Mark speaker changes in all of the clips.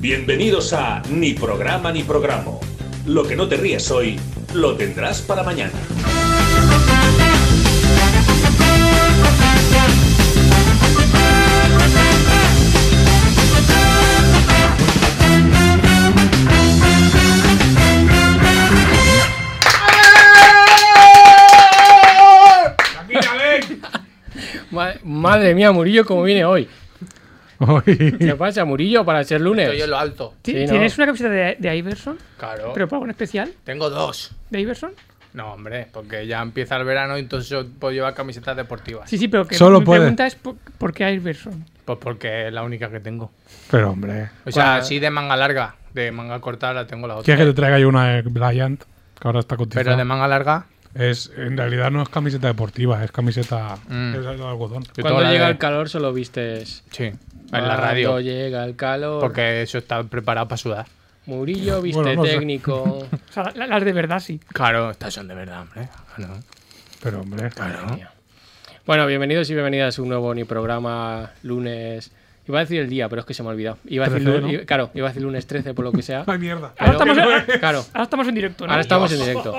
Speaker 1: Bienvenidos a Ni programa ni programa. Lo que no te ríes hoy, lo tendrás para mañana.
Speaker 2: Ma- Madre mía, Murillo, ¿cómo viene hoy? ¿Qué pasa, Murillo, para ser
Speaker 3: Estoy en
Speaker 2: lunes?
Speaker 3: lo alto.
Speaker 4: Ti-
Speaker 2: Sí, ¿no?
Speaker 4: ¿Tienes una camiseta de, de Iverson?
Speaker 3: Claro.
Speaker 4: ¿Pero para un especial
Speaker 3: Tengo dos.
Speaker 4: de Iverson?
Speaker 3: No, hombre, porque ya empieza el verano y entonces yo puedo llevar camisetas deportivas.
Speaker 4: Sí, sí, pero que
Speaker 5: Solo
Speaker 4: mi
Speaker 5: puede.
Speaker 4: pregunta es por, ¿por qué Iverson?
Speaker 3: Pues porque es la única que tengo.
Speaker 5: Pero hombre,
Speaker 3: O sea, así de manga larga, de manga corta la tengo la otra.
Speaker 5: ¿quieres que te traiga yo una de Bryant? Que ahora está cotizada.
Speaker 3: Pero de manga larga,
Speaker 5: es, en realidad no es camiseta deportiva, es camiseta
Speaker 3: Mm.
Speaker 5: es de algodón.
Speaker 3: yo tengo
Speaker 2: Cuando
Speaker 3: la
Speaker 2: llega
Speaker 3: de-
Speaker 2: el calor solo vistes.
Speaker 3: Sí, en la
Speaker 2: Cuando
Speaker 3: radio.
Speaker 2: llega el calor.
Speaker 3: Porque eso está preparado para sudar.
Speaker 2: Murillo, viste
Speaker 5: Bueno, no sé.
Speaker 2: técnico.
Speaker 4: O sea, la- las de verdad sí.
Speaker 3: Claro, estas son de verdad, hombre. Claro.
Speaker 5: Pero hombre,
Speaker 3: claro.
Speaker 2: bueno, bienvenidos y bienvenidas a un nuevo Ni programa lunes. Iba a decir el día, pero es que se me ha olvidado. Iba a decir,
Speaker 5: 13,
Speaker 2: lu-
Speaker 5: ¿no?
Speaker 2: i- claro, iba a decir lunes 13 por lo que sea.
Speaker 5: ay mierda.
Speaker 3: Eh,
Speaker 4: Ahora,
Speaker 2: Pero-
Speaker 4: estamos, ahora-
Speaker 2: Claro,
Speaker 4: ahora estamos en directo, ¿no?
Speaker 2: ahora estamos en directo.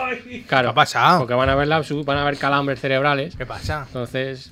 Speaker 2: Claro,
Speaker 3: ¿Qué ha pasado?
Speaker 2: Porque van a ver, lapsus, van a ver calambres cerebrales.
Speaker 3: ¿Qué pasa?
Speaker 2: Entonces,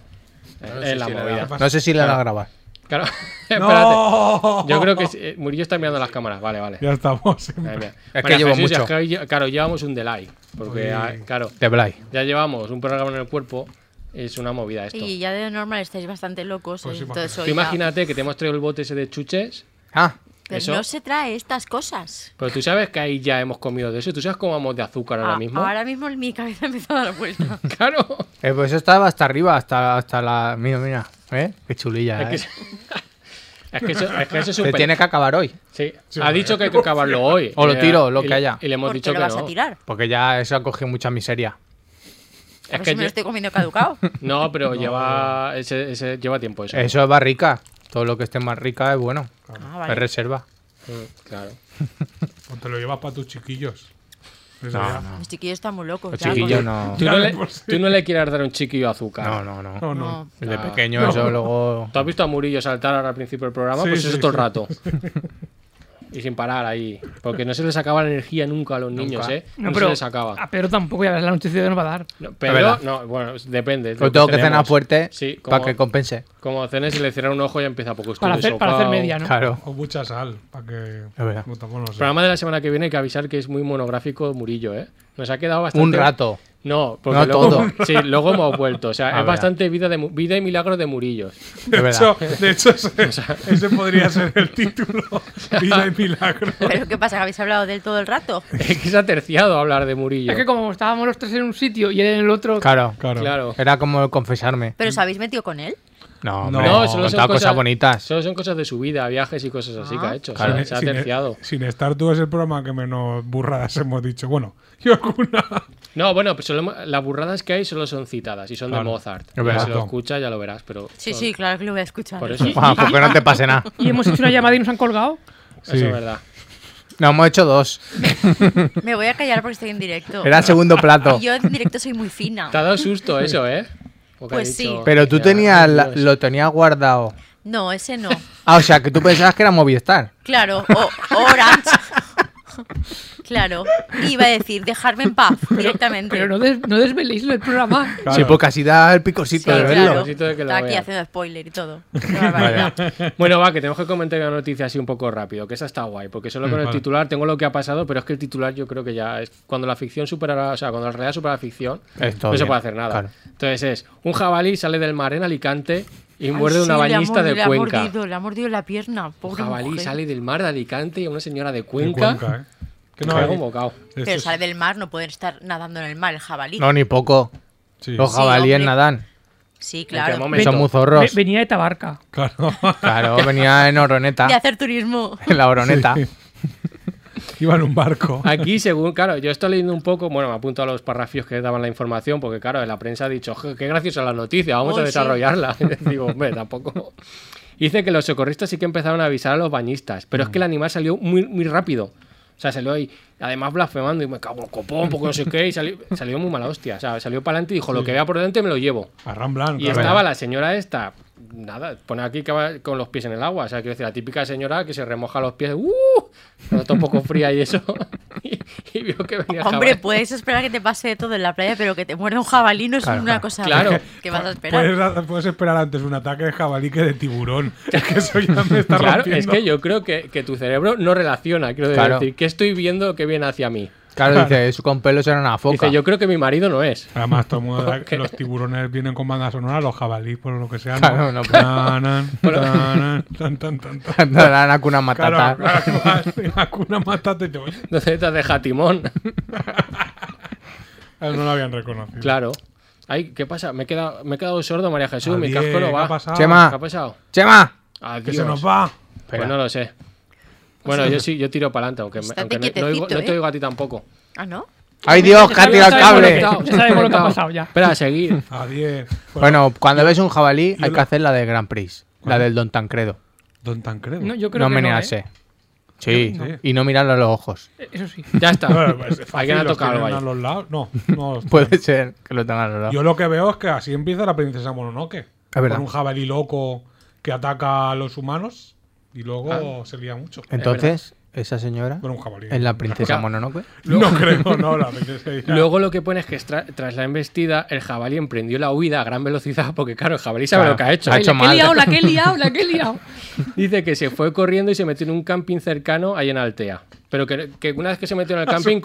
Speaker 2: eh,
Speaker 3: No
Speaker 2: es
Speaker 3: sé
Speaker 2: la
Speaker 3: si le
Speaker 2: movida.
Speaker 3: da- No sé si le van a grabar.
Speaker 2: Claro, espérate.
Speaker 5: ¡No!
Speaker 2: Yo creo que es- eh, Murillo está mirando las cámaras. Vale, vale.
Speaker 5: Ya estamos.
Speaker 2: Madre mía.
Speaker 3: que
Speaker 2: María
Speaker 3: llevo
Speaker 2: Jesús,
Speaker 3: mucho.
Speaker 2: es que hoy lle- claro, llevamos un delay. Porque, ah, claro,
Speaker 3: De Blay.
Speaker 2: ya llevamos un programa en el cuerpo. Es una movida esto.
Speaker 6: Y ya de normal estáis bastante locos. eh,
Speaker 5: Pues
Speaker 6: entonces
Speaker 2: Tú
Speaker 6: hoy ya-
Speaker 2: imagínate que te hemos traído el bote ese de chuches.
Speaker 3: Ah,
Speaker 6: Pero
Speaker 2: eso.
Speaker 6: no se trae estas cosas.
Speaker 2: Pero tú sabes que ahí ya hemos comido de eso. ¿Tú sabes cómo vamos de azúcar ahora
Speaker 6: Ah,
Speaker 2: mismo?
Speaker 6: ahora mismo en mi cabeza empieza a dar vuelta.
Speaker 2: Claro.
Speaker 3: eh, pues eso estaba hasta arriba, hasta, hasta la. Mira, mira. ¿Eh? Qué chulilla.
Speaker 2: Es que,
Speaker 3: eh.
Speaker 2: es es que eso, es que eso es
Speaker 3: Se
Speaker 2: súper-
Speaker 3: tiene que acabar hoy.
Speaker 2: Sí. Ha dicho que hay que acabarlo hoy.
Speaker 3: O lo
Speaker 2: Y-
Speaker 3: tiro, lo
Speaker 2: y-
Speaker 3: que haya.
Speaker 2: Y le hemos
Speaker 6: Porque
Speaker 2: dicho
Speaker 6: lo
Speaker 2: que
Speaker 6: vas
Speaker 2: no.
Speaker 6: a tirar.
Speaker 3: Porque ya eso ha cogido mucha miseria.
Speaker 6: Es
Speaker 2: que
Speaker 6: que me
Speaker 2: yo-
Speaker 6: lo estoy comiendo caducado.
Speaker 2: No, pero lleva ese, ese- lleva tiempo eso.
Speaker 3: Eso es barrica. Todo lo que esté más rica es bueno.
Speaker 6: Ah,
Speaker 3: Es
Speaker 6: vale.
Speaker 3: reserva.
Speaker 2: Mm, Claro.
Speaker 5: O Pues te lo llevas para tus chiquillos. Eso ya.
Speaker 6: Los chiquillos están muy locos.
Speaker 3: Los
Speaker 6: Pues ya,
Speaker 3: chiquillos
Speaker 6: con-
Speaker 3: no.
Speaker 2: Tú no, le,
Speaker 5: por sí.
Speaker 2: tú no le quieras dar un chiquillo azúcar.
Speaker 3: No, no, no.
Speaker 5: No, no.
Speaker 6: no.
Speaker 3: De pequeño eso luego.
Speaker 2: ¿Tú has visto a Murillo saltar ahora al principio del programa?
Speaker 5: Sí,
Speaker 2: pues eso
Speaker 5: sí,
Speaker 2: todo
Speaker 5: sí.
Speaker 2: el rato. y sin parar ahí. Porque no se les acaba la energía nunca a los niños, ¿eh? No,
Speaker 4: No, pero
Speaker 2: se les acaba.
Speaker 4: a Pedro tampoco, ya verás, la noticia no va a dar.
Speaker 2: No, pero,
Speaker 3: verdad.
Speaker 2: no, bueno, depende. de
Speaker 3: Lo
Speaker 2: lo
Speaker 3: tengo que
Speaker 2: cenemos.
Speaker 3: cenar fuerte
Speaker 2: Sí, como,
Speaker 3: para que compense.
Speaker 2: como cenes y le cierran un ojo y empieza poco
Speaker 4: Para hacer, para hacer media, ¿no?
Speaker 3: Claro.
Speaker 5: O mucha sal, para que.
Speaker 3: Es verdad.
Speaker 5: Bueno, tampoco no
Speaker 2: El
Speaker 5: sé.
Speaker 2: programa de la semana que viene hay que avisar que es muy monográfico Murillo, ¿eh? Nos ha quedado bastante.
Speaker 3: Un rato.
Speaker 2: No, porque
Speaker 3: No
Speaker 2: luego,
Speaker 3: todo.
Speaker 2: Sí, luego hemos vuelto. O sea, es
Speaker 3: verdad.
Speaker 2: bastante vida, de, mu- vida y milagro de Murillos.
Speaker 3: De
Speaker 5: De
Speaker 3: verdad.
Speaker 5: hecho, de hecho ese, ese podría ser el título. Vida y milagro.
Speaker 6: Pero ¿qué pasa? ¿Que habéis hablado del todo el rato?
Speaker 2: Es que se ha terciado hablar de Murillo.
Speaker 4: Es que como estábamos los tres en un sitio y él en el otro,
Speaker 3: Claro.
Speaker 5: Claro.
Speaker 2: Claro.
Speaker 3: Era como confesarme.
Speaker 6: ¿Pero os habéis metido con él?
Speaker 3: No,
Speaker 5: No.
Speaker 3: hombre,
Speaker 2: No,
Speaker 3: no,
Speaker 2: solo son
Speaker 3: contaba
Speaker 2: cosas,
Speaker 3: cosas bonitas.
Speaker 2: Solo son cosas de su vida, viajes y cosas así que ha hecho.
Speaker 3: Ah, Claro.
Speaker 2: se ha- se ha terciado.
Speaker 5: e- Sin estar tú es el programa que menos burradas hemos dicho. Bueno, yo alguna.
Speaker 2: No, bueno, pues solo hemos- las burradas que hay solo son citadas y son de
Speaker 5: Claro.
Speaker 2: Mozart.
Speaker 3: Es verdad.
Speaker 2: Si lo escuchas ya lo verás, pero.
Speaker 6: Sí,
Speaker 2: son-
Speaker 6: sí, claro que lo voy a escuchar.
Speaker 2: Por eso.
Speaker 3: Ah, porque no te pase nada.
Speaker 4: y hemos hecho una llamada y nos han colgado.
Speaker 2: Eso
Speaker 5: Sí.
Speaker 2: es verdad.
Speaker 3: No, hemos hecho dos.
Speaker 6: Me voy a callar porque estoy en directo.
Speaker 3: Era segundo plato.
Speaker 6: Y yo en directo soy muy fina.
Speaker 2: Te ha dado susto eso, ¿eh? Porque ha
Speaker 6: Pues sí.
Speaker 3: Pero tú
Speaker 2: ya,
Speaker 3: tenías, la-
Speaker 2: Dios.
Speaker 3: lo tenías guardado.
Speaker 6: No, ese no.
Speaker 3: Ah, o sea, que tú pensabas que era Movistar.
Speaker 6: Claro, o o Orange. Claro. Iba a decir, dejarme en paz directamente.
Speaker 4: Pero no, des- no desveléis el programa.
Speaker 5: Claro.
Speaker 3: Sí, porque así da el picosito
Speaker 6: Sí,
Speaker 3: de
Speaker 2: claro.
Speaker 3: verlo.
Speaker 2: Necesito de que lo
Speaker 6: Está aquí
Speaker 2: vean.
Speaker 6: haciendo spoiler y todo. Qué barbaridad.
Speaker 2: Bueno, va, que tenemos que comentar una noticia así un poco rápido, que esa está guay, porque solo con el
Speaker 5: vale.
Speaker 2: titular tengo lo que ha pasado, pero es que el titular yo creo que ya es cuando la ficción supera, o sea, cuando la realidad supera la ficción,
Speaker 3: Es todo
Speaker 2: no se
Speaker 3: bien,
Speaker 2: puede hacer nada.
Speaker 3: claro.
Speaker 2: Entonces es, un jabalí sale del mar en Alicante y
Speaker 6: Ay,
Speaker 2: muerde a
Speaker 6: sí,
Speaker 2: una bañista
Speaker 6: le ha
Speaker 2: de
Speaker 6: mordido,
Speaker 2: Cuenca.
Speaker 6: Le ha mordido, le ha mordido la pierna,
Speaker 2: Un
Speaker 6: pobre
Speaker 2: jabalí
Speaker 6: mujer.
Speaker 2: sale del mar de Alicante y a una señora de
Speaker 5: De
Speaker 2: Cuenca.
Speaker 5: Cuenca, ¿eh? Que
Speaker 2: no,
Speaker 5: hay-
Speaker 2: un bocado.
Speaker 5: Este
Speaker 6: Pero
Speaker 5: es-
Speaker 6: sale del mar, no puede estar nadando en el mar el jabalí.
Speaker 3: No, ni poco.
Speaker 5: sí,
Speaker 3: Los
Speaker 6: Sí,
Speaker 3: jabalíes
Speaker 6: hombre.
Speaker 3: nadan.
Speaker 6: Sí,
Speaker 2: qué
Speaker 6: claro.
Speaker 2: momento?
Speaker 3: Son muy
Speaker 4: Ve-
Speaker 3: zorros.
Speaker 4: venía de Tabarca.
Speaker 5: claro.
Speaker 3: Claro, venía en
Speaker 2: Ah.
Speaker 3: oroneta.
Speaker 6: De hacer turismo.
Speaker 3: En la oroneta.
Speaker 5: Sí. Iba en un barco.
Speaker 2: Aquí, según, claro, yo estoy leyendo un poco, bueno, me apunto a los parrafios que daban la información, porque claro, en la prensa ha dicho, "Jo, qué graciosa la noticia, vamos
Speaker 6: Uy,
Speaker 2: a
Speaker 6: sí.
Speaker 2: desarrollarla. Digo, hombre, tampoco. Dice que los socorristas sí que empezaron a avisar a los bañistas, pero es que el animal salió muy, muy rápido. O sea, salió ahí, además blasfemando, y me cago en copón, poco no sé qué, y salió, salió muy mala hostia. O sea, salió para adelante y dijo, lo que vea por delante me lo llevo.
Speaker 5: A Ram Blanc,
Speaker 2: Y
Speaker 5: claro.
Speaker 2: estaba la señora esta, nada, pone aquí que va con los pies en el agua. O sea, quiero decir, la típica señora que se remoja los pies, ¡uh! Cuando está un poco fría y eso. Y, y vio que venía el
Speaker 6: Hombre,
Speaker 2: jabalí.
Speaker 6: puedes esperar que te pase de todo en la playa, pero que te muerda un jabalí no es
Speaker 5: Claro,
Speaker 6: una
Speaker 5: claro.
Speaker 6: cosa
Speaker 2: Claro. Pues,
Speaker 6: que vas a esperar.
Speaker 5: Puedes, hacer- puedes esperar antes un ataque de jabalí que de tiburón. Es que eso ya me está
Speaker 2: Claro,
Speaker 5: rompiendo.
Speaker 2: es que yo creo que, que tu cerebro no relaciona, quiero
Speaker 3: Claro.
Speaker 2: decir, que estoy viendo que viene hacia mí.
Speaker 3: Claro, dice, eso con pelos era una foca.
Speaker 2: Dice, yo creo que mi marido no es.
Speaker 5: Además, todo el mundo da- los tiburones vienen con banda sonora, los jabalíes, por lo que sea.
Speaker 3: Claro, no, pues-
Speaker 5: Tanan, tanan, tan, tan, tan, tan.
Speaker 3: Andarán a cuna matata.
Speaker 5: Claro, claro, Hakuna Matata. yo-
Speaker 2: Entonces te deja timón.
Speaker 5: No lo habían reconocido.
Speaker 2: Claro. Ay, ¿qué pasa? Me he quedado, me he quedado sordo, María Jesús. mi
Speaker 5: Javier,
Speaker 2: casco no
Speaker 5: ¿qué
Speaker 2: va.
Speaker 5: ha pasado? Ah.
Speaker 3: Chema.
Speaker 2: ¿Qué ha pasado?
Speaker 3: ¡Chema!
Speaker 2: Adiós.
Speaker 5: Que se nos va.
Speaker 2: Pues no lo sé. Bueno, yo sí, yo tiro para adelante, aunque, me-
Speaker 6: Estate
Speaker 2: aunque no- no,
Speaker 6: quietecito,
Speaker 2: oigo- no te
Speaker 6: ¿eh?
Speaker 2: oigo a ti tampoco.
Speaker 6: Ah, ¿no?
Speaker 3: ¡Ay Dios, que ha tirado el
Speaker 4: Ya sabemos lo que-
Speaker 3: cable!
Speaker 4: Ya sabemos lo que ha pasado ya.
Speaker 2: Espera, a seguir.
Speaker 5: A 10.
Speaker 3: Bueno, cuando ves un jabalí hay
Speaker 5: la-
Speaker 3: que hacer la del Grand Prix, la del Don Tancredo.
Speaker 5: Don Tancredo.
Speaker 4: No, yo creo
Speaker 3: No
Speaker 4: que no,
Speaker 3: menearse.
Speaker 4: ¿eh?
Speaker 3: Sí,
Speaker 5: No.
Speaker 3: y no mirarlo a los ojos.
Speaker 4: Eso sí.
Speaker 2: Ya está.
Speaker 5: Bueno, pues es
Speaker 2: Alguien ha
Speaker 5: fácil, los
Speaker 2: tocado algo
Speaker 5: tienen
Speaker 2: ahí.
Speaker 5: a los lados. No, no. los
Speaker 3: Puede
Speaker 5: tienen.
Speaker 3: ser que lo tengan a los lados.
Speaker 5: Yo lo que veo es que así empieza la princesa Mononoke.
Speaker 3: verdad.
Speaker 5: Con un jabalí loco que ataca a los humanos y luego
Speaker 2: Ah.
Speaker 5: se lía mucho.
Speaker 3: Entonces, esa señora
Speaker 5: Bueno, un jabalí.
Speaker 3: es la princesa
Speaker 2: Claro.
Speaker 3: Mononoke.
Speaker 5: No creo, no, la princesa. ya.
Speaker 2: Luego lo que pone es que tra- tras la embestida, el jabalí emprendió la huida a gran velocidad, porque claro, el jabalí sabe
Speaker 3: Claro.
Speaker 2: lo que ha hecho.
Speaker 3: Ha
Speaker 4: Ay,
Speaker 3: hecho
Speaker 4: la que he
Speaker 3: mal.
Speaker 4: liado, la que he liado, la que he liado.
Speaker 2: Dice que se fue corriendo y se metió en un camping cercano ahí en Altea. Pero que, que una vez que se metió en el camping,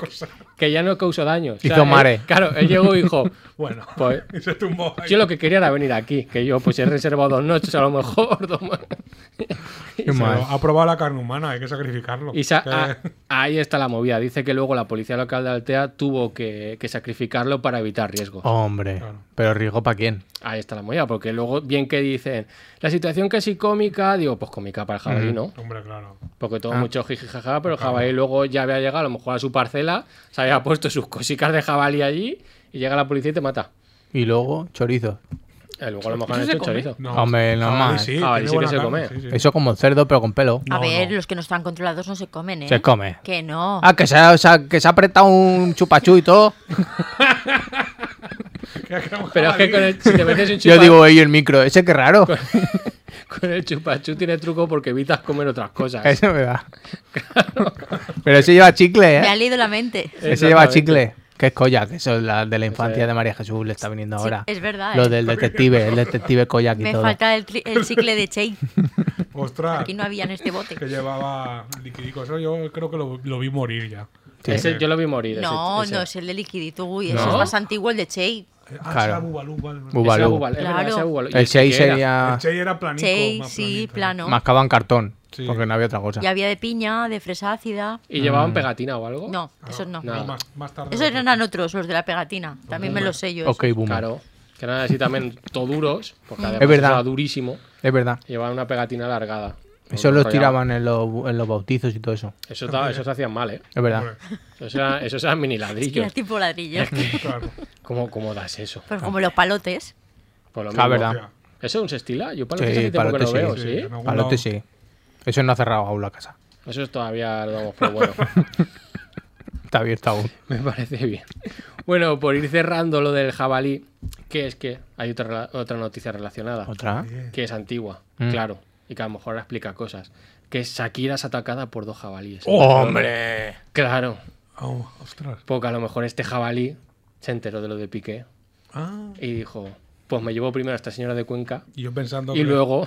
Speaker 2: que ya no causó daño. O sea,
Speaker 3: Hizo
Speaker 2: él-
Speaker 3: mare.
Speaker 2: claro, él llegó y dijo,
Speaker 5: Bueno,
Speaker 2: pues
Speaker 5: y se tumbó. ahí.
Speaker 2: yo lo que quería era venir aquí, que yo pues he reservado dos noches a lo mejor. dos mo-
Speaker 3: Qué
Speaker 5: Pero
Speaker 3: mal.
Speaker 5: ha probado la carne humana, hay que sacrificarlo.
Speaker 2: Y sa-
Speaker 5: Que-
Speaker 2: ah, ahí está la movida. Dice que luego la policía local de Altea tuvo que, que sacrificarlo para evitar riesgos.
Speaker 3: Oh. Hombre, pero riesgo para quién.
Speaker 2: Ahí está la movida, porque luego bien que dicen, la situación casi cómica, digo, pues cómica para el jabalí, ¿no?
Speaker 5: Hombre, claro.
Speaker 2: Porque
Speaker 3: Ah.
Speaker 2: todo mucho jijijaja, pero el jabalí luego ya había llegado a lo mejor a su parcela, se había puesto sus cositas de jabalí allí y llega la policía y te mata.
Speaker 3: Y luego, chorizo.
Speaker 2: Eh, luego a lo mejor
Speaker 4: ¿Eso
Speaker 2: han
Speaker 4: se
Speaker 2: hecho
Speaker 4: come?
Speaker 2: chorizo.
Speaker 3: Hombre, no
Speaker 5: jabalí
Speaker 3: más.
Speaker 5: Sí,
Speaker 2: Jabalí
Speaker 5: tiene
Speaker 2: sí que
Speaker 5: buena
Speaker 2: se
Speaker 5: carne,
Speaker 2: come.
Speaker 5: sí, sí.
Speaker 3: Eso como el cerdo, pero con pelo.
Speaker 4: ¿Eh?
Speaker 6: A
Speaker 5: No,
Speaker 6: ver,
Speaker 5: no.
Speaker 6: los que no están controlados no se comen, ¿eh?
Speaker 3: Se come.
Speaker 6: Que no.
Speaker 3: Ah, que se, ha, o sea, que se ha apretado un chupachú y todo.
Speaker 2: Pero es que con el, si te metes un chupa,
Speaker 3: Yo digo, ey, el micro, ese que raro.
Speaker 2: con el chupachú tiene truco porque evitas comer otras cosas.
Speaker 3: Eso me da. Pero ese lleva chicle,
Speaker 6: Me ha
Speaker 3: ¿eh?
Speaker 6: leído la mente.
Speaker 3: Ese lleva
Speaker 2: Exactamente.
Speaker 3: chicle. Que es Koyak, eso es la de la infancia de María Jesús, le está viniendo
Speaker 6: Sí,
Speaker 3: ahora.
Speaker 6: es verdad,
Speaker 3: Lo
Speaker 6: ¿eh?
Speaker 3: del detective, el detective Koyak y
Speaker 6: Me
Speaker 3: todo.
Speaker 6: falta el, tri- el chicle de Che.
Speaker 5: Ostras,
Speaker 6: Aquí no había en este bote.
Speaker 5: que llevaba liquidico. Eso yo creo que lo, lo vi morir ya.
Speaker 3: Sí.
Speaker 2: Ese yo lo vi morir.
Speaker 6: No,
Speaker 2: ese-
Speaker 6: no
Speaker 2: ese.
Speaker 6: es el de liquidito. Uy,
Speaker 2: ¿No?
Speaker 6: ese es más antiguo el de Che.
Speaker 5: Ah,
Speaker 3: Claro.
Speaker 5: era Bubalú, vale, vale.
Speaker 2: Ese era
Speaker 3: Bubalú.
Speaker 2: Bubalú, es
Speaker 6: Claro.
Speaker 2: verdad, ese era Bubalú. ¿Y
Speaker 3: El
Speaker 2: ese qué
Speaker 3: 6
Speaker 2: era?
Speaker 3: sería.
Speaker 5: El Che era planico.
Speaker 6: Che,
Speaker 5: más
Speaker 6: sí,
Speaker 5: planito.
Speaker 6: plano.
Speaker 3: Mascaban cartón,
Speaker 5: Sí.
Speaker 3: porque no había otra cosa.
Speaker 6: Y había de piña, de fresa ácida.
Speaker 2: ¿Y
Speaker 3: Mm.
Speaker 2: llevaban pegatina o algo?
Speaker 6: No, esos no.
Speaker 2: No.
Speaker 5: Más, más tarde.
Speaker 6: Esos eran otros, los de la pegatina. También me los sé yo.
Speaker 3: Ok,
Speaker 6: esos.
Speaker 3: boomer.
Speaker 2: Claro. Que eran así también todo duros, porque además
Speaker 3: Es verdad.
Speaker 2: era durísimo.
Speaker 3: Es verdad.
Speaker 2: Llevaban una pegatina alargada.
Speaker 3: Eso los
Speaker 2: Enrollado.
Speaker 3: tiraban en los, en los bautizos y todo eso.
Speaker 2: Eso, ta- eso se hacían mal, ¿eh?
Speaker 3: Es verdad.
Speaker 2: Eso eran, esos eran mini
Speaker 6: Es que era
Speaker 2: ladrillos.
Speaker 6: tipo ladrillo.
Speaker 5: Claro.
Speaker 2: ¿Cómo, cómo das eso?
Speaker 6: Pues como los palotes.
Speaker 2: Por
Speaker 3: La
Speaker 2: lo mismo.
Speaker 3: Ah, verdad.
Speaker 5: Hostia.
Speaker 2: ¿Eso es un sextila? Yo para
Speaker 3: Sí,
Speaker 2: que hace tiempo que
Speaker 3: palote
Speaker 2: no
Speaker 3: sí.
Speaker 2: veo,
Speaker 5: Sí,
Speaker 2: ¿sí?
Speaker 5: en algún
Speaker 3: Palote
Speaker 5: lado.
Speaker 3: sí. Eso no ha cerrado aún la casa.
Speaker 2: Eso es todavía lo damos por bueno.
Speaker 3: Está abierta aún.
Speaker 2: Me parece bien. Bueno, por ir cerrando lo del jabalí, que es que hay otra, rela- otra noticia relacionada,
Speaker 3: Otra.
Speaker 2: que es antigua,
Speaker 3: Mm.
Speaker 2: claro, y que a lo mejor ahora explica cosas. Que Shakira es atacada por dos jabalíes.
Speaker 3: ¡Hombre!
Speaker 2: Claro,
Speaker 5: Oh, ostras.
Speaker 2: porque a lo mejor este jabalí se enteró de lo de Piqué
Speaker 5: Ah,
Speaker 2: y dijo, pues me llevo primero a esta señora de Cuenca
Speaker 5: y yo pensando
Speaker 2: y
Speaker 5: que,
Speaker 2: luego...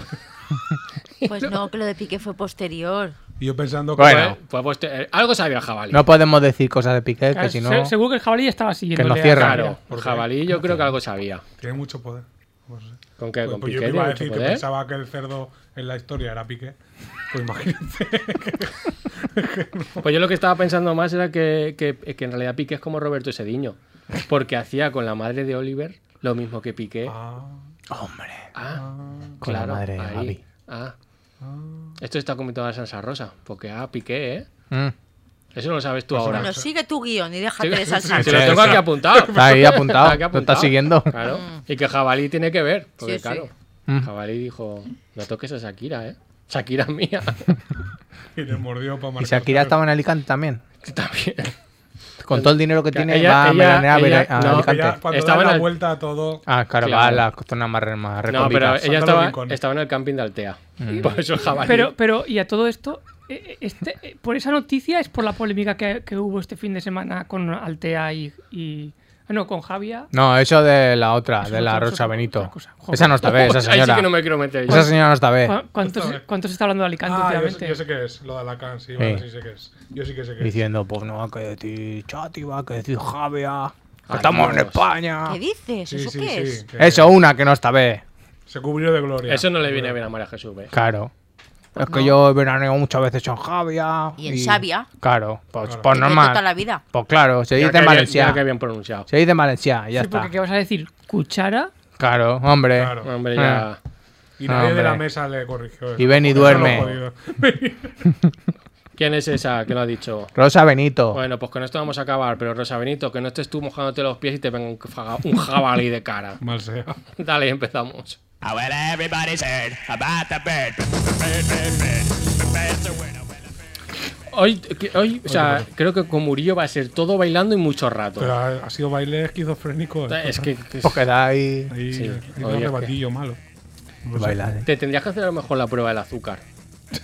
Speaker 6: Pues no, que lo de pique fue posterior.
Speaker 5: y yo pensando que
Speaker 3: Bueno.
Speaker 2: Pues, pues, te- eh, algo sabía el jabalí.
Speaker 3: No podemos decir cosas de Piqué,
Speaker 2: Ah,
Speaker 4: Claro,
Speaker 3: que si
Speaker 4: se-
Speaker 3: no.
Speaker 4: Seguro que el jabalí estaba siguiendo.
Speaker 3: nos cierra.
Speaker 2: Claro, el jabalí yo creo que algo sabía.
Speaker 5: tiene mucho poder. No sé.
Speaker 2: ¿Con qué?
Speaker 5: Pues,
Speaker 2: ¿Con
Speaker 5: pues
Speaker 2: Piqué?
Speaker 5: yo iba
Speaker 2: tiene
Speaker 5: a decir
Speaker 2: mucho
Speaker 5: que
Speaker 2: poder?
Speaker 5: pensaba que el cerdo en la historia era Piqué. Pues imagínate.
Speaker 2: Pues yo lo que estaba pensando más era que, que- que en realidad Piqué es como Roberto Sediño. Porque hacía con la madre de Oliver lo mismo que Piqué. Ah,
Speaker 5: Ah,
Speaker 3: ¡Hombre! Ah, Con
Speaker 2: claro.
Speaker 3: la madre de
Speaker 2: ahí.
Speaker 3: Gaby.
Speaker 2: Ah. Esto está comentado a Sansa Rosa. Porque, ah, Piqué, ¿eh?
Speaker 3: Mm.
Speaker 2: Eso no lo sabes tú ahora.
Speaker 6: Bueno, sigue tu guión y déjate
Speaker 2: Sí,
Speaker 6: de salsa.
Speaker 2: Se lo tengo aquí apuntado.
Speaker 3: Está ahí apuntado,
Speaker 2: Está aquí
Speaker 3: lo está siguiendo.
Speaker 2: Claro. Y que Jabalí tiene que ver. Porque,
Speaker 6: Sí, sí.
Speaker 2: claro,
Speaker 3: Mm.
Speaker 2: Jabalí dijo: No toques a Shakira, ¿eh? Shakira es mía.
Speaker 5: Y le mordió para marcar.
Speaker 3: Y Shakira estaba en Alicante también.
Speaker 2: También.
Speaker 3: Con todo el dinero que
Speaker 2: Ella-
Speaker 3: tiene, va a
Speaker 2: ella-
Speaker 3: veranear a
Speaker 2: ella-
Speaker 3: Vera- a
Speaker 2: no,
Speaker 3: Alicante.
Speaker 5: Ella, cuando
Speaker 2: Estaba
Speaker 5: da
Speaker 2: en
Speaker 5: la
Speaker 2: el-
Speaker 5: vuelta a todo.
Speaker 3: Ah, claro,
Speaker 2: Claro.
Speaker 3: va a las zonas más, re- más
Speaker 2: No, pero eh,
Speaker 3: recónditas.
Speaker 2: ella
Speaker 5: los
Speaker 2: estaba,
Speaker 5: rincones.
Speaker 2: estaba en el camping de Altea. Por eso es jabalí.
Speaker 4: Pero, pero, y a todo esto, eh, eh, este- eh, por esa noticia es por la polémica que, que hubo este fin de semana con Altea y. y- ah, no, con Javia.
Speaker 3: No, eso de la otra, de
Speaker 4: otra-
Speaker 3: la
Speaker 4: eso es
Speaker 3: Rosa
Speaker 4: otra
Speaker 3: Benito.
Speaker 4: cosa. Joder.
Speaker 3: Esa no está B, esa
Speaker 2: Pues Ahí sí
Speaker 3: señora.
Speaker 2: que no me Ah. quiero meter. yo.
Speaker 3: Esa señora no está B.
Speaker 4: ¿Cu- ¿Cuánto, se,
Speaker 5: Justamente.
Speaker 4: cuánto se está hablando de Alicante
Speaker 5: Ah, yo,
Speaker 4: últimamente?
Speaker 5: sé- yo sé que es, lo de Alacant, sí, vale,
Speaker 3: Sí.
Speaker 5: sí sé que es. Yo sí que sé que es.
Speaker 3: Diciendo, pues no va a que decir Chati, va a que decir Javia. que
Speaker 2: Ay,
Speaker 3: Estamos en
Speaker 2: Dios.
Speaker 3: España.
Speaker 6: ¿Qué dices?
Speaker 5: Sí,
Speaker 6: ¿Eso
Speaker 5: sí,
Speaker 6: qué
Speaker 5: sí, Pues
Speaker 6: es?
Speaker 5: que
Speaker 3: Eso, una que no está B.
Speaker 5: Se cubrió de gloria.
Speaker 2: Eso no le viene bien a María Jesús. ¿eh?
Speaker 3: Claro. Es que yo veraneo muchas veces en Javia.
Speaker 6: Pues Y en Xavia.
Speaker 3: Claro, pues,
Speaker 5: Claro.
Speaker 3: pues
Speaker 6: Yo toda
Speaker 3: normal.
Speaker 6: la vida.
Speaker 3: Pues claro, se
Speaker 2: Ya
Speaker 3: dice
Speaker 2: que
Speaker 3: en
Speaker 2: bien- ya
Speaker 3: Valencia.
Speaker 2: que bien pronunciado.
Speaker 3: Se dice en Valencia, ya
Speaker 4: Sí,
Speaker 3: está.
Speaker 4: porque ¿qué vas a decir? ¿Cuchara?
Speaker 3: Claro, Ah, hombre. Ah,
Speaker 5: Claro.
Speaker 2: Hombre, ya.
Speaker 5: Y nadie
Speaker 3: Hombre.
Speaker 5: de la mesa le corrigió. eso.
Speaker 3: Y ven y
Speaker 5: Por eso
Speaker 3: duerme.
Speaker 5: lo he jodido.
Speaker 2: ¿Quién es esa que lo ha dicho?
Speaker 3: Rosa Benito.
Speaker 2: Bueno, pues con esto vamos a acabar, pero Rosa Benito, que no estés tú mojándote los pies y te venga un faga- un jabalí de cara.
Speaker 5: Mal sea.
Speaker 2: Dale, empezamos.
Speaker 7: I will everybody's heard about the bird. Bird, bird, bird. Bird's a winner, winner.
Speaker 2: Hoy, que- hoy o sea, creo que con Murillo va a ser todo bailando y mucho rato.
Speaker 5: Pero ha, ha sido baile esquizofrénico. eh.
Speaker 2: Es que, que es-
Speaker 3: Pues queda ahí.
Speaker 5: Ahí
Speaker 2: sí.
Speaker 5: ahí da
Speaker 2: Oye, es que-
Speaker 5: rebatillo malo.
Speaker 2: Pues
Speaker 3: y bailar, ¿eh?
Speaker 2: te tendrías que hacer a lo mejor la prueba del azúcar.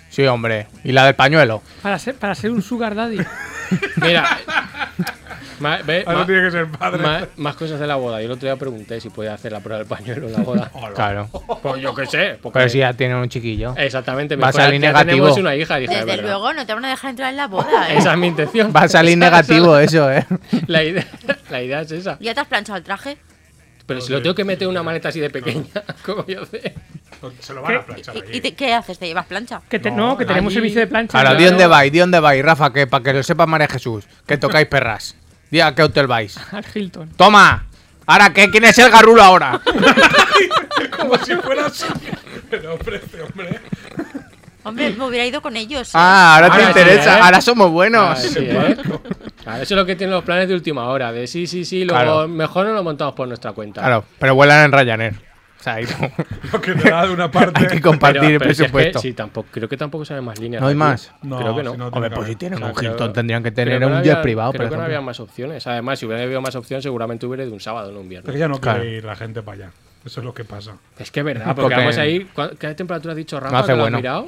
Speaker 3: Sí, hombre. Y la del pañuelo.
Speaker 4: Para ser, para ser un sugar daddy.
Speaker 2: Mira, ma- ve,
Speaker 5: Ahora
Speaker 2: ma-
Speaker 5: tiene que ser padre.
Speaker 2: ma- más cosas de la boda. Yo el otro día pregunté si podía hacer la prueba del pañuelo en la boda.
Speaker 3: Claro.
Speaker 2: Pues yo qué sé. Porque
Speaker 3: Pero si ya tiene un chiquillo.
Speaker 2: Eh, Exactamente. me
Speaker 3: Va a
Speaker 2: dijo, ya-
Speaker 3: salir
Speaker 2: ya
Speaker 3: negativo.
Speaker 2: Tenemos una hija, dije,
Speaker 6: Desde
Speaker 2: "Verdad".
Speaker 6: luego no te van a dejar entrar en la boda, ¿eh?
Speaker 2: Esa es mi intención.
Speaker 3: Va a salir
Speaker 2: Esa- esa-
Speaker 3: negativo eso, ¿eh?
Speaker 2: La idea, la idea es esa.
Speaker 6: ¿Ya te has planchado el traje?
Speaker 2: Pero si lo tengo que meter en una maleta así de pequeña, ¿cómo voy a hacer?
Speaker 5: Se lo van a planchar ahí.
Speaker 6: ¿Y, y te- qué haces? ¿Te llevas plancha?
Speaker 4: Que te- no, que tenemos
Speaker 2: allí-
Speaker 4: servicio de plancha.
Speaker 3: Ahora, ¿de
Speaker 4: claro.
Speaker 3: dónde vais? ¿De dónde vais, Rafa? Que para que lo sepa María Jesús. Que tocáis perras. Dí a qué hotel vais.
Speaker 4: Al Hilton.
Speaker 3: ¡Toma! Ahora, ¿qué? ¿quién es el garrulo ahora?
Speaker 5: Como si fuera suyo. Pero ofrece, hombre.
Speaker 6: Hombre, me hubiera ido con ellos. ¿eh?
Speaker 3: Ah, ahora te
Speaker 2: Ahora sí,
Speaker 3: interesa.
Speaker 2: ¿eh?
Speaker 3: Ahora somos buenos.
Speaker 2: Ah, sí, ¿eh? Claro, eso es lo que tienen los planes de última hora. De sí, sí, sí, luego
Speaker 3: Claro.
Speaker 2: mejor no lo montamos por nuestra cuenta.
Speaker 3: Claro, pero vuelan en Ryanair. O sea, ahí no.
Speaker 5: Lo que te da de una
Speaker 3: hay
Speaker 5: parte.
Speaker 3: que compartir el
Speaker 2: si es que-
Speaker 3: presupuesto.
Speaker 2: sí, tampoco, creo que tampoco salen más líneas.
Speaker 3: ¿No hay
Speaker 2: aquí.
Speaker 3: más?
Speaker 5: No,
Speaker 2: creo que no.
Speaker 5: si no
Speaker 3: Hombre,
Speaker 5: tiene
Speaker 3: pues si
Speaker 5: cabeza.
Speaker 3: tienen
Speaker 2: O sea,
Speaker 3: un
Speaker 2: creo-
Speaker 3: Hilton tendrían que
Speaker 2: creo
Speaker 3: tener
Speaker 2: que no
Speaker 3: un
Speaker 2: había-
Speaker 3: jet privado,
Speaker 2: Creo
Speaker 3: pero
Speaker 2: que no había más opciones. Además, si hubiera habido más opciones, seguramente hubiera ido un sábado, no un viernes.
Speaker 5: Pero ya no
Speaker 3: Claro.
Speaker 5: quiere ir la gente para allá. Eso es lo que pasa.
Speaker 2: Es que es verdad, porque,
Speaker 3: Porque-
Speaker 2: vamos a ir. ¿cu- ¿Qué temperatura has dicho, Rafa?
Speaker 3: hace
Speaker 2: que lo has
Speaker 3: bueno.
Speaker 2: mirado?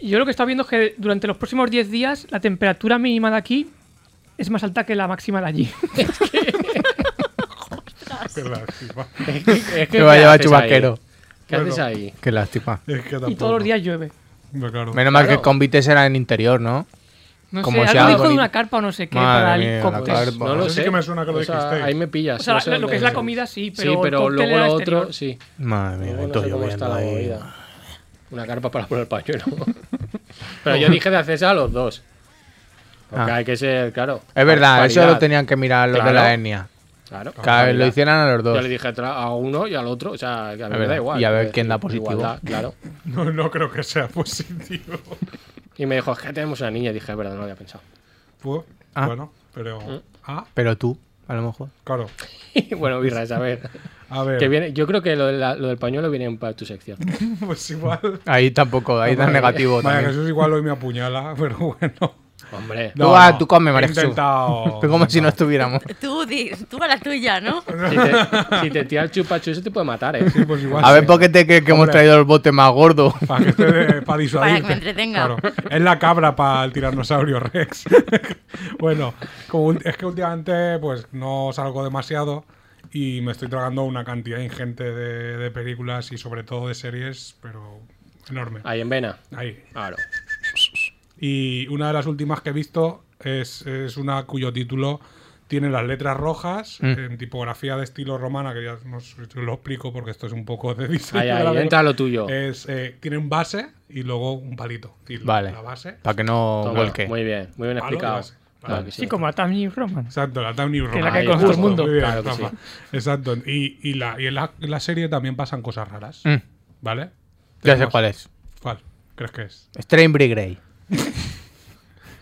Speaker 4: Yo lo que está viendo es que durante los próximos 10 días la temperatura mínima de aquí es más alta que la máxima de allí.
Speaker 6: Ah,
Speaker 5: Qué lástima.
Speaker 2: Es que, es que
Speaker 3: Que va a
Speaker 2: ¿qué
Speaker 3: llevar
Speaker 2: haces
Speaker 3: chubasquero.
Speaker 2: ahí? ¿Qué haces ahí?
Speaker 3: Qué lástima.
Speaker 5: Es que
Speaker 4: y todos
Speaker 5: tampoco.
Speaker 4: los días llueve.
Speaker 5: No, claro.
Speaker 3: Menos mal que el convite será en interior, ¿no?
Speaker 4: No
Speaker 3: Como
Speaker 4: sé,
Speaker 3: sea
Speaker 4: algo dijo de
Speaker 3: bonito.
Speaker 4: una carpa o no sé qué
Speaker 3: Madre
Speaker 4: para el
Speaker 3: mía, la
Speaker 4: cóctel.
Speaker 3: carpa.
Speaker 2: No lo
Speaker 5: Eso sí
Speaker 2: sé.
Speaker 5: que me suena que lo
Speaker 2: O sea,
Speaker 5: dijisteis.
Speaker 2: ahí me pillas.
Speaker 4: O sea,
Speaker 2: no sé
Speaker 4: la- lo
Speaker 2: dónde
Speaker 4: que es la comida sí, pero, este,
Speaker 2: sí,
Speaker 4: el
Speaker 2: pero
Speaker 4: cóctel
Speaker 2: luego
Speaker 4: era
Speaker 2: lo
Speaker 4: exterior.
Speaker 2: otro, sí.
Speaker 3: Madre mía,
Speaker 2: Luego
Speaker 3: que
Speaker 2: no
Speaker 3: todo
Speaker 2: sé cómo
Speaker 3: lloviendo
Speaker 2: está la
Speaker 3: ahí.
Speaker 2: movida. Una carpa para poner el pañuelo. pero yo dije de hacerse a los dos. Porque
Speaker 3: Ah.
Speaker 2: hay que ser, claro.
Speaker 3: Es verdad, eso
Speaker 2: paridad.
Speaker 3: lo tenían que mirar los de
Speaker 2: Claro.
Speaker 3: la etnia.
Speaker 2: Claro.
Speaker 3: Que lo hicieran a los
Speaker 2: Yo
Speaker 3: dos.
Speaker 2: le dije a tra- a uno y al otro, o sea, que a mí me da
Speaker 3: verdad.
Speaker 2: igual.
Speaker 3: Y a ver
Speaker 2: quiero
Speaker 3: quién da
Speaker 2: decir,
Speaker 3: positivo.
Speaker 2: igualdad, claro.
Speaker 5: No, no creo que sea positivo.
Speaker 2: Y me dijo, es que tenemos una niña. Y dije, es verdad, no lo había pensado.
Speaker 5: Pues,
Speaker 3: Ah.
Speaker 5: Bueno, pero. Ah,
Speaker 3: Pero tú, a lo mejor.
Speaker 5: claro.
Speaker 2: Y bueno, Birra, a ver.
Speaker 5: A ver.
Speaker 2: Que viene, yo creo que lo, de la- lo del pañuelo viene para tu sección.
Speaker 5: Pues igual.
Speaker 3: Ahí tampoco, ahí da negativo
Speaker 5: Vaya,
Speaker 3: también.
Speaker 5: Jesús igual hoy me apuñala, pero bueno.
Speaker 2: Hombre.
Speaker 3: Tú vas, tú come, María
Speaker 5: He
Speaker 3: Jesús.
Speaker 5: intentado-
Speaker 3: Pero como si no estuviéramos.
Speaker 6: Tú, di- tú a la tuya, ¿no?
Speaker 2: Si te, si te tira el chupachu, eso te puede matar, ¿eh?
Speaker 5: Sí, pues igual.
Speaker 3: A ver, ¿por qué te crees que hemos traído el bote más gordo?
Speaker 5: Para que te dé- para disuadirte.
Speaker 6: Para que me entretenga.
Speaker 5: Claro. Es la cabra para el tiranosaurio Rex. bueno, como un- es que últimamente pues no salgo demasiado y me estoy tragando una cantidad ingente de, de películas y sobre todo de series, pero enorme.
Speaker 2: Ahí en Vena.
Speaker 5: Ahí.
Speaker 2: Claro.
Speaker 5: Y una de las últimas que he visto es, es una cuyo título tiene las letras rojas
Speaker 2: Mm.
Speaker 5: en tipografía de estilo romana, que ya no sé si lo explico porque esto es un poco de diseño.
Speaker 2: Ahí,
Speaker 5: de la
Speaker 2: ahí,
Speaker 5: verdad.
Speaker 2: entra lo tuyo.
Speaker 5: Es, eh, tiene un base y luego un palito. Y la-
Speaker 3: Vale.
Speaker 5: La base.
Speaker 3: Para que no
Speaker 2: Toma,
Speaker 3: vuelque.
Speaker 2: muy bien, muy bien
Speaker 5: Palo de
Speaker 2: explicado.
Speaker 5: base.
Speaker 2: Claro
Speaker 5: Vale.
Speaker 2: que sí.
Speaker 4: Sí, como la Tammy Roman.
Speaker 5: Exacto, la Downey Roman.
Speaker 4: Que la que
Speaker 2: Ahí, conoce todo el
Speaker 5: justo,
Speaker 2: mundo.
Speaker 5: muy bien,
Speaker 2: Claro que
Speaker 5: Rafa.
Speaker 2: sí.
Speaker 5: Exacto. Y, y la, y en, la, en la serie también pasan cosas raras.
Speaker 3: Mm,
Speaker 5: ¿Vale?
Speaker 3: ya sé
Speaker 5: Tenemos-
Speaker 3: cuál es.
Speaker 5: ¿Cuál crees que es?
Speaker 3: Strainbury Grey.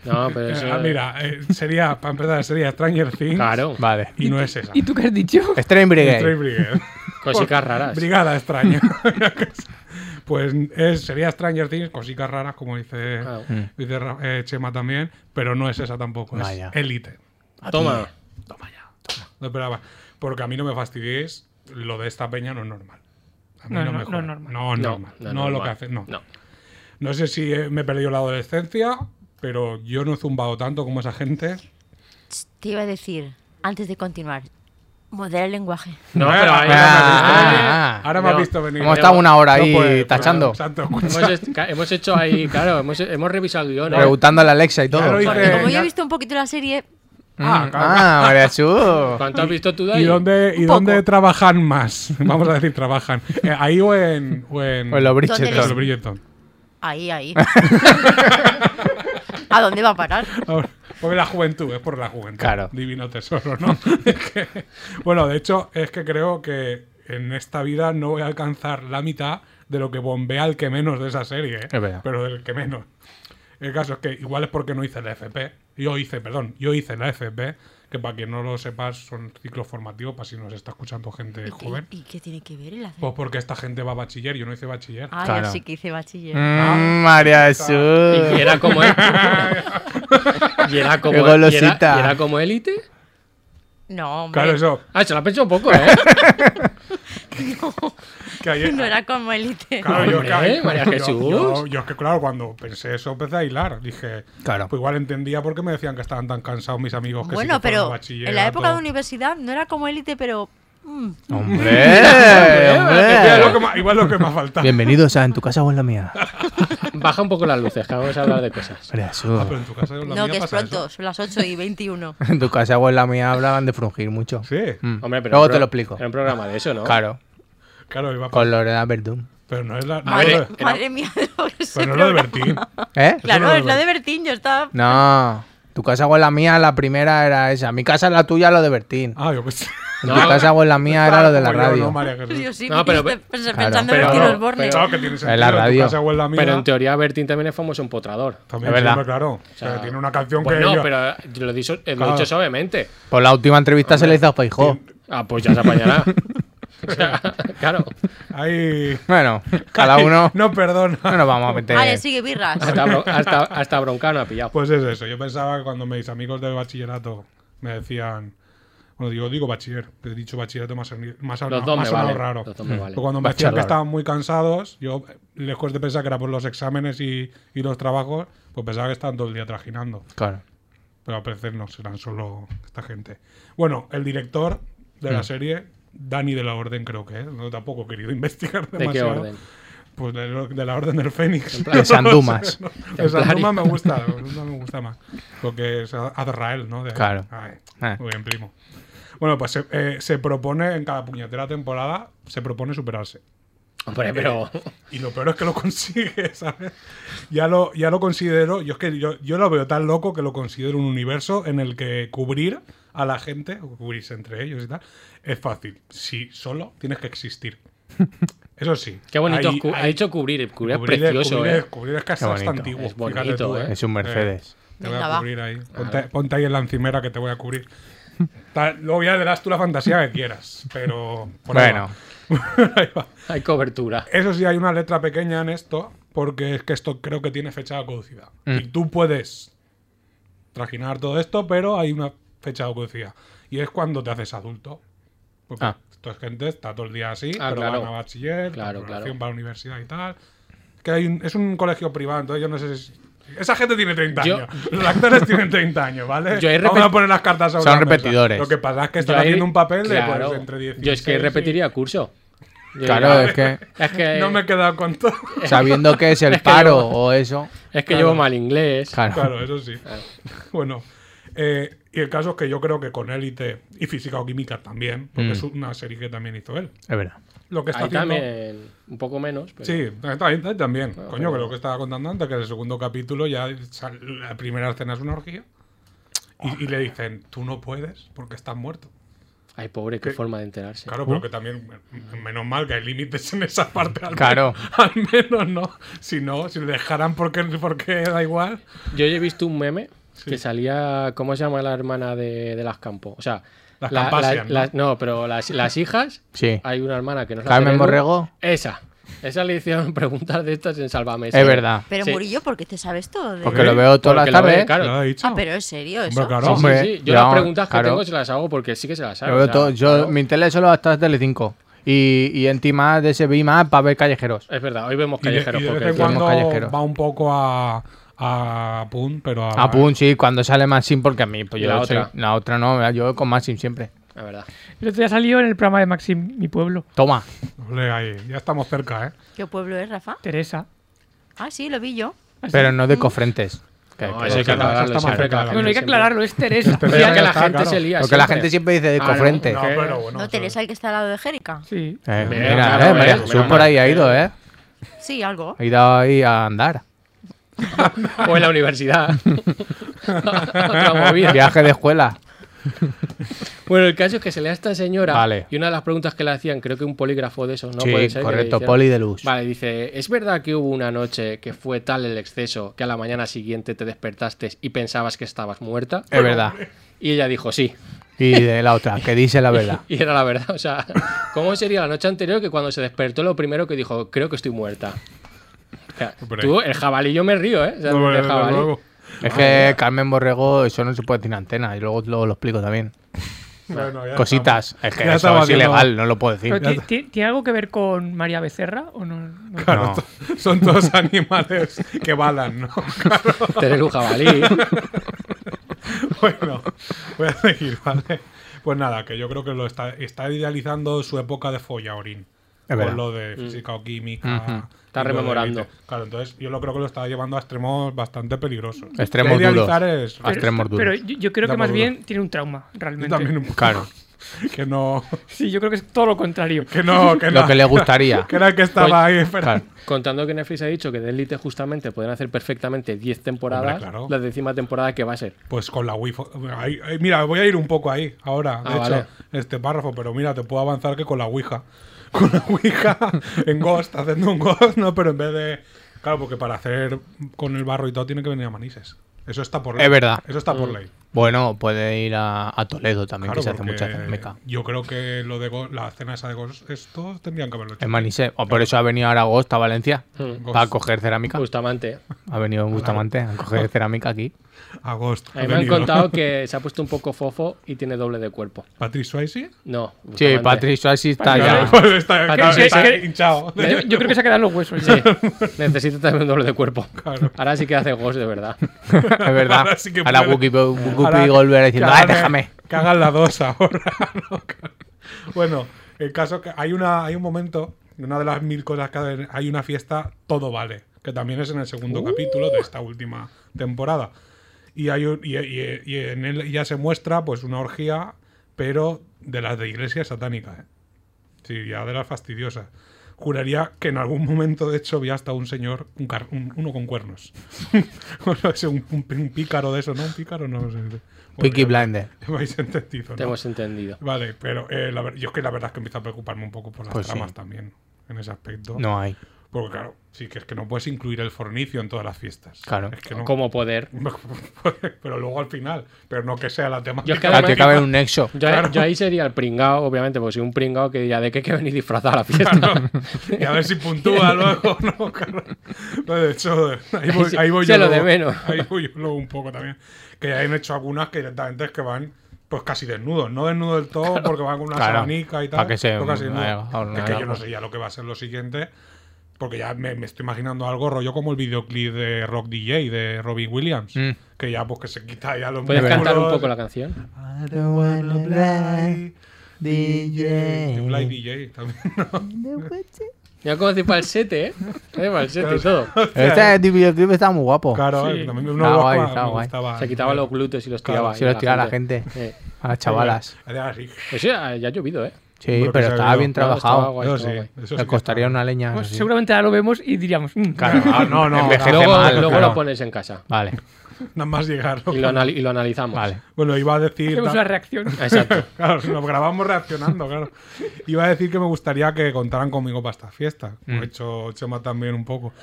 Speaker 2: No, pero eso.
Speaker 5: Eh, ah, mira, eh, sería, para empezar, sería Stranger Things.
Speaker 2: Claro.
Speaker 3: Vale.
Speaker 5: Y no es esa.
Speaker 4: ¿Y tú qué has dicho?
Speaker 3: Strainbury
Speaker 5: Stray
Speaker 3: Grey.
Speaker 5: Brigade.
Speaker 2: Cositas raras.
Speaker 5: Brigada extraña. Pues es- sería Stranger Things, cositas raras, como dice,
Speaker 2: Claro.
Speaker 3: Mm.
Speaker 5: dice Ra- eh, Chema también, pero no es esa tampoco,
Speaker 3: Vaya.
Speaker 5: es Elite.
Speaker 2: Toma.
Speaker 5: No esperaba. Porque a mí no me fastidiéis, lo de esta peña no es normal. A mí
Speaker 4: No,
Speaker 5: no,
Speaker 4: no,
Speaker 5: me
Speaker 4: no
Speaker 5: jodan.
Speaker 4: es normal.
Speaker 5: No es normal. No, lo que
Speaker 2: normal.
Speaker 5: hace, no.
Speaker 2: No.
Speaker 5: No sé si eh, me he perdido la adolescencia, pero yo no he zumbado tanto como esa gente.
Speaker 6: Te iba a decir, antes de continuar, modera el lenguaje.
Speaker 2: No,
Speaker 5: Ahora-
Speaker 2: pero ahí
Speaker 5: ahora, me has
Speaker 3: ah,
Speaker 5: visto
Speaker 2: eh,
Speaker 5: venir.
Speaker 3: ah,
Speaker 5: Ahora me has
Speaker 2: no.
Speaker 5: visto venir.
Speaker 3: Hemos estado una hora ahí
Speaker 5: pues,
Speaker 3: tachando.
Speaker 5: exacto,
Speaker 2: hemos,
Speaker 5: escucha.
Speaker 2: hecho- hemos hecho ahí, claro, hemos, hemos revisado el guión. ¿eh?
Speaker 3: Preguntando a la Alexa y todo.
Speaker 5: Ya lo hice.
Speaker 6: Porque como yo
Speaker 5: ya-
Speaker 6: he visto un poquito la serie,
Speaker 5: Ah,
Speaker 3: Mm,
Speaker 5: claro.
Speaker 3: ah, María Chu.
Speaker 2: ¿Cuánto has visto tú de ahí?
Speaker 5: ¿Y dónde, y
Speaker 6: poco.
Speaker 5: dónde trabajan más? Vamos a decir, trabajan. Eh, ahí o en. O en,
Speaker 3: O en los Mm,
Speaker 6: ¿Dónde
Speaker 5: en
Speaker 3: Bridgeton.
Speaker 5: los Bridgerton.
Speaker 6: ahí, ahí. ¿A dónde va a parar?
Speaker 5: Ahora, Porque la juventud, es por la juventud.
Speaker 3: Claro.
Speaker 5: Divino tesoro, ¿no? Es que- bueno, de hecho, es que creo que en esta vida no voy a alcanzar la mitad de lo que bombea el que menos de esa serie. ¿eh?
Speaker 3: Es verdad.
Speaker 5: Pero del que menos. El caso es que igual es porque no hice la FP. Yo hice, perdón, yo hice la FP, que para quien no lo sepas son ciclos formativos, para si nos está escuchando gente
Speaker 6: ¿Y qué,
Speaker 5: joven.
Speaker 6: y qué tiene que ver el hacer?
Speaker 5: Pues porque esta gente va a bachiller, yo no hice bachiller.
Speaker 6: Ah,
Speaker 3: Claro.
Speaker 6: yo sí que hice bachiller.
Speaker 5: Ah,
Speaker 3: Mm, María Chu.
Speaker 2: Y era como. y era como.
Speaker 3: Qué
Speaker 2: y era-
Speaker 3: golosita.
Speaker 2: y era como élite.
Speaker 6: No, hombre.
Speaker 5: Claro, eso,
Speaker 2: Ah, se lo ha pensado un poco, ¿eh?
Speaker 5: que ayer-
Speaker 6: No era como élite.
Speaker 5: Claro, yo,
Speaker 2: Hombre,
Speaker 5: claro, yo-
Speaker 2: María
Speaker 5: yo-
Speaker 2: Jesús.
Speaker 5: Yo, yo es que, claro, cuando pensé eso empecé a hilar. Dije,
Speaker 3: Claro.
Speaker 5: pues igual entendía por qué me decían que estaban tan cansados mis amigos pues que sí
Speaker 6: Bueno,
Speaker 5: que fueron
Speaker 6: pero
Speaker 5: a
Speaker 6: en la época de
Speaker 5: bachillerato.
Speaker 6: universidad no era como élite, pero mm,
Speaker 3: Hombre,
Speaker 5: Mira, lo que
Speaker 3: hombre.
Speaker 5: ma- Igual lo que me ha faltado.
Speaker 3: Bienvenidos a En tu casa o en la mía.
Speaker 2: Baja un poco las luces, que vamos a hablar de cosas.
Speaker 3: María
Speaker 5: Ah, pero
Speaker 3: Chu.
Speaker 5: en tu casa la
Speaker 6: no,
Speaker 5: mía
Speaker 6: que es
Speaker 5: pasa eso.
Speaker 6: pronto, son las 8 y 21.
Speaker 3: En tu casa o en la mía hablaban de frungir mucho.
Speaker 5: Sí,
Speaker 3: Mm.
Speaker 2: Hombre, pero.
Speaker 3: Luego
Speaker 2: un
Speaker 3: te
Speaker 2: pro-
Speaker 3: lo explico.
Speaker 2: Era un programa de eso, ¿no?
Speaker 3: Claro,
Speaker 5: claro, iba a
Speaker 3: con Lorena Verdún.
Speaker 5: Pero no es la. No,
Speaker 6: Madre,
Speaker 5: lo de-
Speaker 6: madre mía, lo que es
Speaker 5: pero Pues no
Speaker 6: el
Speaker 5: lo de
Speaker 6: programa.
Speaker 5: Bertín.
Speaker 3: ¿Eh?
Speaker 5: no
Speaker 6: Claro,
Speaker 5: lo
Speaker 6: es lo
Speaker 5: de-
Speaker 6: de Bertín, yo estaba...
Speaker 3: No. Tu casa o en la mía, la primera era esa. Mi casa, la tuya, lo de Bertín.
Speaker 5: Ah, yo pensé.
Speaker 3: En
Speaker 2: No.
Speaker 3: tu casa o en la mía era lo de la
Speaker 5: Como yo, no,
Speaker 3: radio.
Speaker 5: María Jesús.
Speaker 6: Yo sí
Speaker 2: No,
Speaker 6: que
Speaker 2: pero-
Speaker 6: quise pensar-
Speaker 3: claro.
Speaker 6: pensando
Speaker 2: Pero
Speaker 6: en
Speaker 2: no,
Speaker 6: Bertín Osborne.
Speaker 5: Claro que tiene sentido.
Speaker 3: la radio.
Speaker 5: Tu casa o en la mía.
Speaker 2: Pero en teoría, Bertín también es famoso empotrador.
Speaker 5: También,
Speaker 3: Es verdad.
Speaker 5: siempre, claro. O sea,
Speaker 2: sea,
Speaker 5: tiene una canción que.
Speaker 2: Bueno,
Speaker 5: yo-
Speaker 2: pero yo lo he dicho, eh, lo he
Speaker 5: Claro.
Speaker 2: dicho suavemente.
Speaker 3: Por Pues la última entrevista se le hizo a Feijó.
Speaker 2: Ah, pues ya se apañará. O sea, claro.
Speaker 5: Ahí.
Speaker 3: Bueno, cada uno
Speaker 5: No, perdona.
Speaker 3: no nos vamos a meter.
Speaker 6: Vale, sigue birras.
Speaker 2: Hasta, bro- hasta, hasta broncano ha pillado.
Speaker 5: Pues es eso, yo pensaba que cuando mis amigos de bachillerato me decían, bueno, digo, digo bachiller, pero he dicho bachillerato más más
Speaker 2: Los dos me valen.
Speaker 5: raro.
Speaker 2: Los dos me valen.
Speaker 5: Pero cuando me decían que
Speaker 3: Bachelor.
Speaker 5: estaban muy cansados, yo eh, lejos de pensar que era por los exámenes y, y los trabajos, pues pensaba que estaban todo el día trajinando.
Speaker 3: Claro.
Speaker 5: Pero al parecer no serán solo esta gente. Bueno, el director de
Speaker 2: Mm.
Speaker 5: la serie, Dani de la Orden, creo que es. No tampoco he querido investigar
Speaker 2: ¿De qué
Speaker 5: demasiado.
Speaker 2: orden?
Speaker 5: Pues de, lo- de la Orden del Fénix.
Speaker 3: De San Dumas.
Speaker 5: De San Dumas me gusta, San Dumas me gusta más. Porque es Azrael, ¿no? De-
Speaker 3: Claro.
Speaker 5: Ay,
Speaker 3: Ah.
Speaker 5: Muy bien, primo. Bueno, pues se, eh, se propone en cada puñetera temporada, se propone superarse.
Speaker 2: Hombre, pero.
Speaker 5: Y lo peor es que lo consigue, ¿sabes? Ya lo, ya lo considero, yo es que yo, yo lo veo tan loco que lo considero un universo en el que cubrir a la gente, o cubrirse entre ellos y tal, es fácil. Si solo tienes que existir. Eso sí.
Speaker 2: Qué bonito.
Speaker 5: Ahí-
Speaker 2: cu- ha
Speaker 5: ahí-
Speaker 2: dicho cubrir. Cubrir es
Speaker 5: Cubrir
Speaker 2: precioso,
Speaker 5: cubrir,
Speaker 2: ¿eh?
Speaker 5: es- cubrir es que
Speaker 3: Qué
Speaker 5: hasta
Speaker 3: bonito.
Speaker 5: antiguo.
Speaker 2: Es
Speaker 5: fíjate
Speaker 2: bonito,
Speaker 5: tú,
Speaker 2: ¿eh?
Speaker 3: Es un Mercedes.
Speaker 5: Te voy
Speaker 6: Venga,
Speaker 5: a
Speaker 6: va.
Speaker 5: cubrir ahí. Ponte, ponte ahí en la encimera que te voy a cubrir. Ta- Luego ya le das tú la fantasía que quieras, pero... por ahí
Speaker 3: Bueno.
Speaker 5: va. Ahí va.
Speaker 2: Hay cobertura.
Speaker 5: Eso sí, hay una letra pequeña en esto, porque es que esto creo que tiene fecha de caducidad.
Speaker 2: Mm.
Speaker 5: Y tú puedes trajinar todo esto, pero hay una fecha de caducidad. Y es cuando te haces adulto. Porque
Speaker 3: Ah.
Speaker 5: esto es gente, está todo el día así,
Speaker 2: Ah,
Speaker 5: pero
Speaker 2: claro.
Speaker 5: van a bachiller,
Speaker 2: Claro,
Speaker 5: claro,
Speaker 2: claro.
Speaker 5: para la universidad y tal. Que hay un- es un colegio privado, entonces yo no sé si... Esa gente tiene 30
Speaker 2: Yo-
Speaker 5: años. Los actores tienen 30 años, ¿vale?
Speaker 2: Yo ahí
Speaker 5: Vamos
Speaker 2: repet-
Speaker 5: a poner las cartas sobre
Speaker 3: Son
Speaker 5: la mesa.
Speaker 3: repetidores.
Speaker 5: Lo que pasa es que están
Speaker 2: Yo ahí-
Speaker 5: haciendo un papel de
Speaker 2: claro.
Speaker 5: pues, entre 10
Speaker 2: Yo es que repetiría curso. Yo
Speaker 3: Claro,
Speaker 2: diría,
Speaker 3: es que
Speaker 2: Es que,
Speaker 5: No me he quedado con todo.
Speaker 3: sabiendo que es
Speaker 2: Es
Speaker 3: el
Speaker 2: que
Speaker 3: paro
Speaker 2: yo-
Speaker 3: o eso.
Speaker 2: es que llevo mal inglés.
Speaker 3: Claro.
Speaker 5: Claro, eso sí. Bueno, eh, y el caso es que yo creo que con Élite y Física o Química también, porque
Speaker 3: Mm.
Speaker 5: es una serie que también hizo él.
Speaker 3: Es verdad.
Speaker 5: Lo que está
Speaker 2: Ahí
Speaker 5: haciendo.
Speaker 2: también. eh. Un poco menos. Pero...
Speaker 5: Sí, está bien, está bien también. Coño,
Speaker 2: pero-
Speaker 5: que lo que estaba contando antes, que en el segundo capítulo ya sal- la primera escena es una orgía. Y, y le dicen, tú no puedes porque estás muerto.
Speaker 2: Ay, pobre, qué forma de enterarse.
Speaker 5: Claro,
Speaker 3: Uh.
Speaker 5: pero que también, eh, menos mal que hay límites en esa parte. Al
Speaker 3: Claro.
Speaker 5: Menos, al menos no. Si no, si le dejaran porque, porque da igual.
Speaker 2: Yo he visto un meme que salía. ¿Cómo se llama la hermana de, de las Campo? O sea.
Speaker 5: Las
Speaker 2: la- la-
Speaker 5: Campasian, ¿no?
Speaker 2: las- ¿no? pero las, las hijas.
Speaker 3: Sí.
Speaker 2: Hay una hermana que no es la
Speaker 3: Carmen
Speaker 2: Terelu.
Speaker 3: Borrego.
Speaker 2: Esa. Esa le hicieron preguntas de estas en Salvamés.
Speaker 3: Es verdad.
Speaker 6: Pero
Speaker 2: Sí.
Speaker 6: Murillo, ¿por qué te sabes todo? de-
Speaker 3: Porque lo veo todas las
Speaker 2: Porque lo ve,
Speaker 3: tardes. ¿eh?
Speaker 2: claro.
Speaker 5: ¿Lo ha dicho?
Speaker 6: Ah, pero es serio eso.
Speaker 5: Hombre, claro.
Speaker 2: Sí, sí,
Speaker 3: Hombre,
Speaker 2: sí. Yo
Speaker 3: ya,
Speaker 2: las preguntas que
Speaker 3: claro.
Speaker 2: tengo se las hago porque sí que se las sabe.
Speaker 3: Lo veo
Speaker 2: o sea,
Speaker 3: todo. Yo,
Speaker 2: claro.
Speaker 3: Mi tele solo está en Telecinco. Y, y en más de ese más para ver callejeros.
Speaker 2: Es verdad, hoy vemos
Speaker 5: Y de,
Speaker 2: callejeros.
Speaker 5: y de
Speaker 2: porque
Speaker 5: vez en
Speaker 2: tío,
Speaker 3: tenemos
Speaker 5: cuando
Speaker 3: callejeros.
Speaker 5: va un poco a, a Pun, pero a,
Speaker 3: A Pun, sí, cuando sale Maxim, porque a mí, pues
Speaker 2: Ah, ¿Y
Speaker 3: yo
Speaker 2: la
Speaker 3: soy-
Speaker 2: otra?
Speaker 3: la otra no, yo con Maxim siempre.
Speaker 2: la verdad.
Speaker 4: El otro día salió en el programa de Maxim, mi pueblo.
Speaker 3: Toma.
Speaker 5: Ah, Ole, ahí, Ya estamos cerca, ¿eh?
Speaker 6: ¿Qué pueblo es, Rafa?
Speaker 4: Teresa.
Speaker 6: Ah, sí, lo vi yo.
Speaker 3: Pero no de cofrentes. Que-
Speaker 2: No,
Speaker 3: que-
Speaker 2: eso hay que
Speaker 5: está más
Speaker 2: aclararlo siempre, que la
Speaker 5: cerca.
Speaker 2: gente
Speaker 4: No, no hay que
Speaker 2: siempre-
Speaker 4: aclararlo, es Teresa.
Speaker 5: Teresa.
Speaker 2: Mira que la
Speaker 5: Está,
Speaker 2: gente
Speaker 5: claro.
Speaker 2: se lía.
Speaker 3: porque la
Speaker 2: siempre.
Speaker 3: gente siempre dice de
Speaker 2: Ah, no,
Speaker 3: cofrentes.
Speaker 5: No,
Speaker 2: Que-
Speaker 5: pero bueno.
Speaker 6: No,
Speaker 5: eso-
Speaker 6: Teresa, el que está al lado de Jérica.
Speaker 4: Sí.
Speaker 3: Eh,
Speaker 2: Mira,
Speaker 3: mira,
Speaker 2: claro,
Speaker 3: eh,
Speaker 2: eh,
Speaker 3: María
Speaker 2: mira,
Speaker 3: Jesús por ahí ha ido, ¿eh?
Speaker 6: Sí, algo.
Speaker 3: Ha ido ahí a andar.
Speaker 2: O en la universidad. Otra movida.
Speaker 3: Viaje de escuela.
Speaker 2: Bueno, el caso es que se le a esta señora
Speaker 3: Vale.
Speaker 2: y una de las preguntas que le hacían, creo que un polígrafo de esos, ¿no?
Speaker 3: Sí,
Speaker 2: Puede ser que le
Speaker 3: correcto,
Speaker 2: hicieran.
Speaker 3: poli de luz.
Speaker 2: Vale, dice, ¿es verdad que hubo una noche que fue tal el exceso que a la mañana siguiente te despertaste y pensabas que estabas muerta?
Speaker 3: Es verdad.
Speaker 2: Y ella dijo, sí.
Speaker 3: Y de la otra, que dice la verdad.
Speaker 2: Y era la verdad, o sea, ¿cómo sería la noche anterior que cuando se despertó lo primero que dijo, creo que estoy muerta? O sea,
Speaker 5: Hombre.
Speaker 2: tú, el jabalí, yo me río, ¿eh? O sea,
Speaker 5: No,
Speaker 2: del
Speaker 5: desde
Speaker 2: jabalí.
Speaker 5: luego.
Speaker 3: Es que Carmen Borrego, eso no se puede decir en antena. Y luego luego lo explico también.
Speaker 5: Bueno, ya
Speaker 3: Cositas.
Speaker 5: estamos.
Speaker 3: Es que
Speaker 5: Ya
Speaker 3: eso
Speaker 5: estamos
Speaker 3: es
Speaker 5: haciendo-
Speaker 3: ilegal, no lo puedo decir.
Speaker 4: Pero ti- ti- ¿Tiene algo que ver con María Becerra o no? No.
Speaker 5: Claro,
Speaker 3: No.
Speaker 5: to- son todos animales que balan, ¿no?
Speaker 2: Tener un jabalí.
Speaker 5: Bueno, voy a seguir, ¿vale? Pues nada, que yo creo que lo está, está idealizando su época de follaorín.
Speaker 3: Es verdad. Mm.
Speaker 5: Con lo de física o química.
Speaker 2: Está
Speaker 5: y lo de
Speaker 2: rememorando.
Speaker 5: élite. Claro, entonces yo lo creo que lo está llevando a extremos bastante peligrosos.
Speaker 3: Extremos
Speaker 5: Ya idealizar
Speaker 3: duros.
Speaker 5: es-
Speaker 3: A extremos duros.
Speaker 4: Pero yo, yo creo que
Speaker 5: Damos
Speaker 4: más
Speaker 5: duro.
Speaker 4: bien tiene un trauma,
Speaker 5: Yo
Speaker 4: realmente.
Speaker 5: también un poco.
Speaker 3: Claro.
Speaker 5: Que no,
Speaker 4: Sí, yo creo que es todo lo contrario.
Speaker 5: que no, que
Speaker 3: Lo
Speaker 5: no.
Speaker 3: que le gustaría.
Speaker 5: Que era el que estaba ahí,
Speaker 3: Claro.
Speaker 5: espera.
Speaker 2: Contando que Netflix ha dicho que de Elite justamente pueden hacer perfectamente 10 temporadas,
Speaker 5: Hombre, claro.
Speaker 2: la décima temporada que va a ser.
Speaker 5: Pues con la Wii. ahí- ahí- mira, voy a ir un poco ahí ahora, de
Speaker 2: Ah,
Speaker 5: hecho,
Speaker 2: vale.
Speaker 5: este párrafo, pero mira, te puedo avanzar que con la Ouija. Con la Ouija en Ghost, haciendo un Ghost, ¿no? Pero en vez de. Claro, porque para hacer con el barro y todo tiene que venir a Manises. Eso está por ley.
Speaker 3: Es verdad. Mm.
Speaker 5: Eso está por ley.
Speaker 3: Bueno, puede ir a, a Toledo también,
Speaker 5: Claro,
Speaker 3: que se hace
Speaker 5: porque
Speaker 3: mucha cerámica.
Speaker 5: yo creo que lo de Ghost- la cena esa de Ghost, esto tendrían que haberlo hecho.
Speaker 3: En Manises. O por eso ha venido ahora Agosto a Valencia.
Speaker 5: Ghost.
Speaker 3: Para coger cerámica.
Speaker 5: pues
Speaker 2: Justamente.
Speaker 3: Ha venido en Bustamante a coger cerámica aquí.
Speaker 5: A Ghost.
Speaker 2: A
Speaker 5: ha
Speaker 2: mí me han
Speaker 5: venido.
Speaker 2: contado que se ha puesto un poco fofo y tiene doble de cuerpo.
Speaker 5: ¿Patrick Swayze?
Speaker 2: No.
Speaker 3: Sí,
Speaker 2: Bustamante.
Speaker 3: Patrick Swayze está
Speaker 5: Claro,
Speaker 3: ya.
Speaker 5: pues está,
Speaker 2: Patrick
Speaker 5: está
Speaker 4: Swayze.
Speaker 5: hinchado.
Speaker 4: Yo, yo creo que se ha quedado en los huesos.
Speaker 2: Sí,
Speaker 4: ya.
Speaker 2: necesita también doble de cuerpo.
Speaker 5: Claro.
Speaker 2: Ahora sí que hace ghost de verdad.
Speaker 3: Es verdad.
Speaker 5: Ahora sí que
Speaker 3: Ahora
Speaker 5: puede.
Speaker 3: Wookiee
Speaker 5: Ahora
Speaker 3: Wookiee Goldberg diciendo,
Speaker 5: que
Speaker 3: ¡ay,
Speaker 5: hagan-
Speaker 3: déjame!
Speaker 5: Que hagan la dos ahora. ¿no? bueno, el caso es que hay, una, hay un momento, una de las mil cosas que hacen, hay una fiesta, todo vale, que también es en el segundo capítulo de esta última temporada. Y, hay un- y, y- y en él ya se muestra pues una orgía, pero de las de iglesia satánica. ¿eh? Sí, ya de las fastidiosas. Juraría que en algún momento, de hecho, vi hasta un señor, un car- un- uno con cuernos. O sea, ese, un, un- un pícaro de eso, ¿no? Un pícaro, no, no sé. Bueno,
Speaker 3: Peaky
Speaker 5: ya-
Speaker 3: Blinder.
Speaker 5: ya me habéis entendido, ¿no?
Speaker 2: Te hemos entendido.
Speaker 5: Vale, pero eh, la ver- yo es que la verdad es que empiezo a preocuparme un poco por las
Speaker 3: Pues sí.
Speaker 5: tramas también, en ese aspecto.
Speaker 3: No hay.
Speaker 5: Porque claro, sí que es que no puedes incluir el fornicio en todas las fiestas.
Speaker 3: Claro.
Speaker 5: Es que no.
Speaker 2: Como poder.
Speaker 5: pero luego al final, pero no que sea la temática.
Speaker 2: es que
Speaker 3: Claro,
Speaker 2: además-
Speaker 3: tiene que haber un nexo.
Speaker 2: Yo, yo ahí sería el pringao, obviamente, porque soy un pringao que diría de qué hay que venir disfrazado a la fiesta.
Speaker 5: y a ver si puntúa luego, ¿no? Claro. No, de hecho, ahí voy, ahí voy
Speaker 2: Se
Speaker 5: yo.
Speaker 2: lo
Speaker 5: luego-
Speaker 2: de menos.
Speaker 5: Ahí voy yo luego un poco también. Que ya han hecho algunas que directamente es que van pues casi desnudos. No desnudos del todo porque van con una
Speaker 3: Claro.
Speaker 5: sabanica y tal.
Speaker 3: Pa' que se-
Speaker 5: pero casi desnudos.
Speaker 3: haga una-
Speaker 5: es que yo no
Speaker 3: pues.
Speaker 5: sé ya lo que va a ser lo siguiente. Porque ya me, me estoy imaginando algo rollo como el videoclip de Rock DJ de Robin Williams.
Speaker 3: Mm.
Speaker 5: Que ya pues que se quita ya los
Speaker 2: ¿Puedes cantar un
Speaker 5: músculos.
Speaker 2: poco la canción?
Speaker 5: I don't wanna play DJ. Play DJ también.
Speaker 2: Ya como decir palsete, ¿eh? Hace Palsete y todo.
Speaker 3: Este videoclip está muy guapo.
Speaker 5: Claro, eh, también me- uno
Speaker 3: Está
Speaker 5: guapa,
Speaker 3: guay,
Speaker 5: me
Speaker 3: está guay.
Speaker 5: gustaba.
Speaker 2: Se quitaba los glúteos y los
Speaker 5: Claro,
Speaker 2: tiraba.
Speaker 3: se
Speaker 2: ahí
Speaker 3: los tira a la gente.
Speaker 2: Eh,
Speaker 3: A las chavalas.
Speaker 5: Hacía así.
Speaker 2: Eso ya, ya Pues ha llovido, ¿eh?
Speaker 3: Sí,
Speaker 5: Porque
Speaker 3: pero
Speaker 5: se
Speaker 3: estaba
Speaker 5: vio.
Speaker 3: bien
Speaker 5: No,
Speaker 2: estaba
Speaker 3: trabajado.
Speaker 2: guay.
Speaker 5: Eso
Speaker 2: está
Speaker 5: sí,
Speaker 2: guay.
Speaker 5: eso sí
Speaker 3: Le
Speaker 5: que
Speaker 3: costaría
Speaker 5: está.
Speaker 3: una leña.
Speaker 4: Pues
Speaker 3: así.
Speaker 4: seguramente ahora lo vemos y diríamos. mm,
Speaker 3: Ah, Claro, ah, no, no.
Speaker 5: Envejece
Speaker 3: Envejece
Speaker 2: Luego,
Speaker 3: mal.
Speaker 2: luego
Speaker 3: claro.
Speaker 2: lo pones en casa
Speaker 3: Vale,
Speaker 5: Nada más llegar. ¿no?
Speaker 2: y lo, anali- y lo analizamos.
Speaker 3: vale.
Speaker 5: Bueno, iba a decir.
Speaker 4: Hacemos una reacción.
Speaker 2: Exacto.
Speaker 5: Claro, nos grabamos reaccionando, claro. Iba a decir que me gustaría que contaran conmigo para esta fiesta. Lo ha hecho Chema también un poco.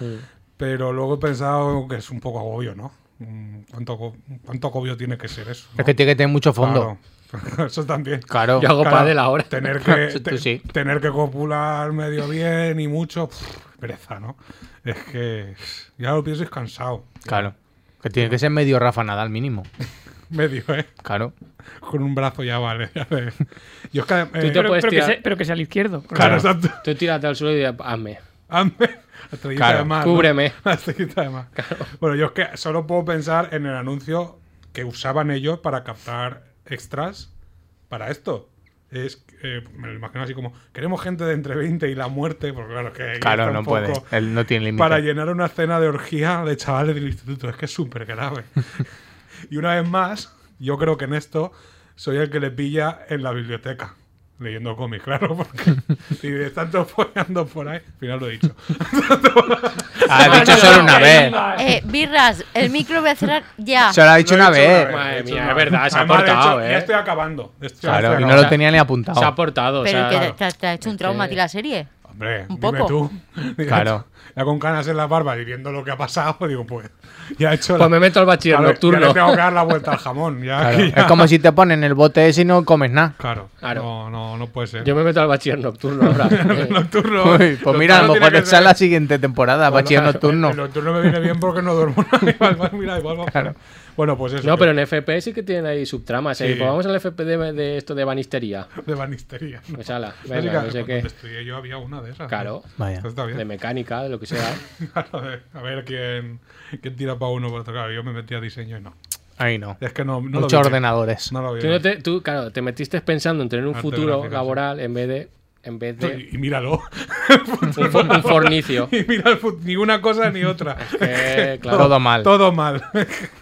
Speaker 5: Pero luego he pensado que es un poco agobio, ¿no? Mm, ¿Cuánto, ago- cuánto agobio tiene que ser eso?
Speaker 3: Es que tiene que tener mucho fondo.
Speaker 5: Claro. Eso también.
Speaker 3: Claro.
Speaker 2: Yo hago
Speaker 5: Claro,
Speaker 2: padel ahora.
Speaker 5: Tener que,
Speaker 3: Tú
Speaker 5: te-
Speaker 3: sí.
Speaker 5: tener que copular medio bien y mucho, pff, pereza, ¿no? Es que ya lo pienso y es cansado.
Speaker 3: Claro. Que tiene que ser medio Rafa Nadal mínimo.
Speaker 5: Medio, ¿eh?
Speaker 3: Claro.
Speaker 5: Con un brazo ya vale. ya de- Yo es que... eh,
Speaker 2: te
Speaker 4: Pero,
Speaker 2: puedes
Speaker 4: pero que
Speaker 2: tirar.
Speaker 4: sea, pero que sea al izquierdo.
Speaker 5: claro, exacto.
Speaker 2: Tú tírate al suelo y hazme.
Speaker 5: Hazme. Hasta ahí
Speaker 3: Claro,
Speaker 5: está de más, Ah, ¿no?
Speaker 2: cúbreme.
Speaker 5: Hasta ahí está de más. Bueno, yo es que solo puedo pensar en el anuncio que usaban ellos para captar extras para esto. Es, eh, me lo imagino así como, queremos gente de entre 20 y la muerte, porque claro, es que ahí está
Speaker 3: Claro,
Speaker 5: un
Speaker 3: no
Speaker 5: poco-
Speaker 3: puede. Él no tiene límite.
Speaker 5: Para llenar una escena de orgía de chavales del instituto. Es que es súper grave. y una vez más, yo creo que en esto soy el que le pilla en la biblioteca. Leyendo cómics, claro, porque si de tanto follando por ahí, al final lo he dicho.
Speaker 3: Ah, he dicho solo una vez.
Speaker 6: Eh, birras, el micro voy a cerrar ya.
Speaker 3: Se lo ha dicho
Speaker 5: Lo he
Speaker 3: una
Speaker 5: dicho
Speaker 3: vez.
Speaker 5: lo he
Speaker 2: Madre
Speaker 5: dicho
Speaker 2: mía,
Speaker 5: una
Speaker 2: es
Speaker 5: vez.
Speaker 2: verdad, se ha
Speaker 5: Además, de hecho,
Speaker 2: portado,
Speaker 5: Ya
Speaker 2: ¿eh?
Speaker 5: estoy acabando. Esto ya
Speaker 3: Claro,
Speaker 5: estoy
Speaker 3: y no lo
Speaker 5: acabando.
Speaker 3: tenía ni apuntado.
Speaker 2: Se ha portado. o sea,
Speaker 6: Pero que te, te ha hecho un trauma a ti la serie.
Speaker 5: Hombre, dime
Speaker 6: Un poco.
Speaker 5: tú. Dime
Speaker 3: Claro.
Speaker 5: tú. Ya con canas en la barba y viendo lo que ha pasado, digo, pues ya he hecho.
Speaker 2: Pues me meto al bachiller
Speaker 5: Claro, Ya
Speaker 2: nocturno.
Speaker 5: le tengo que dar la vuelta al jamón. Ya,
Speaker 3: Claro.
Speaker 5: aquí ya-
Speaker 3: Es como si te ponen el bote ese y no comes nada.
Speaker 5: Claro.
Speaker 2: Claro.
Speaker 5: No, no, no puede ser.
Speaker 2: Yo me meto al bachiller nocturno ahora. Eh,
Speaker 5: Nocturno.
Speaker 3: Uy, pues mira, a lo mejor
Speaker 5: Nocturno tiene que
Speaker 3: está
Speaker 5: ser-
Speaker 3: la siguiente temporada, bachiller nocturno.
Speaker 5: El nocturno me viene bien porque no duermo nada. Igual, va- mira, igual va- Bueno, pues eso.
Speaker 2: No,
Speaker 5: que-
Speaker 2: pero en FP sí que tienen ahí subtramas. ¿eh?
Speaker 5: Sí.
Speaker 2: Pues vamos al FP de, de esto de banistería.
Speaker 5: De banistería. ¿no?
Speaker 2: Pues ala,
Speaker 5: Así que
Speaker 2: venga, no sé
Speaker 5: cuando
Speaker 2: qué.
Speaker 5: estudié yo había una de esas.
Speaker 2: Claro.
Speaker 3: Vaya.
Speaker 5: Eso está
Speaker 2: De
Speaker 5: bien.
Speaker 2: mecánica, de lo que sea.
Speaker 5: Claro, de- a ver quién, quién tira para uno. Para otro. Claro, yo me metí a diseño y no.
Speaker 3: Ahí no.
Speaker 5: Es que no, no lo
Speaker 3: Muchos
Speaker 5: vi.
Speaker 3: ordenadores.
Speaker 5: No lo vi.
Speaker 2: Tú, no te, tú, claro, te metiste pensando en tener un
Speaker 5: Arte
Speaker 2: futuro
Speaker 5: gráfica, sí.
Speaker 2: laboral en vez de, en vez de
Speaker 5: Y, y míralo.
Speaker 2: un, fo- un fornicio.
Speaker 5: y mira el fut- ni una cosa ni otra.
Speaker 2: Eh, claro.
Speaker 3: Todo mal.
Speaker 5: Todo mal.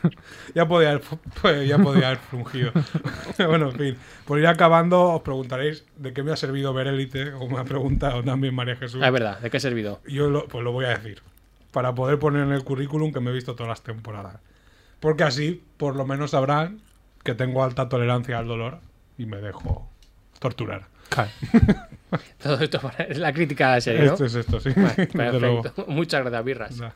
Speaker 5: ya podía haber, fu- pues, ya podía haber fungido. bueno, en fin. Por ir acabando, os preguntaréis de qué me ha servido ver Élite, como me ha preguntado también María Jesús.
Speaker 2: Ah, es verdad, ¿de qué ha servido?
Speaker 5: Yo lo, pues lo voy a decir. Para poder poner en el currículum que me he visto todas las temporadas. Porque así, por lo menos sabrán que tengo alta tolerancia al dolor y me dejo torturar.
Speaker 3: Claro.
Speaker 2: Todo esto para- es la crítica a la serie, ¿no?
Speaker 5: Esto es esto, sí.
Speaker 2: Vale,
Speaker 5: desde luego.
Speaker 2: perfecto. Muchas gracias, Birras.
Speaker 5: Nada.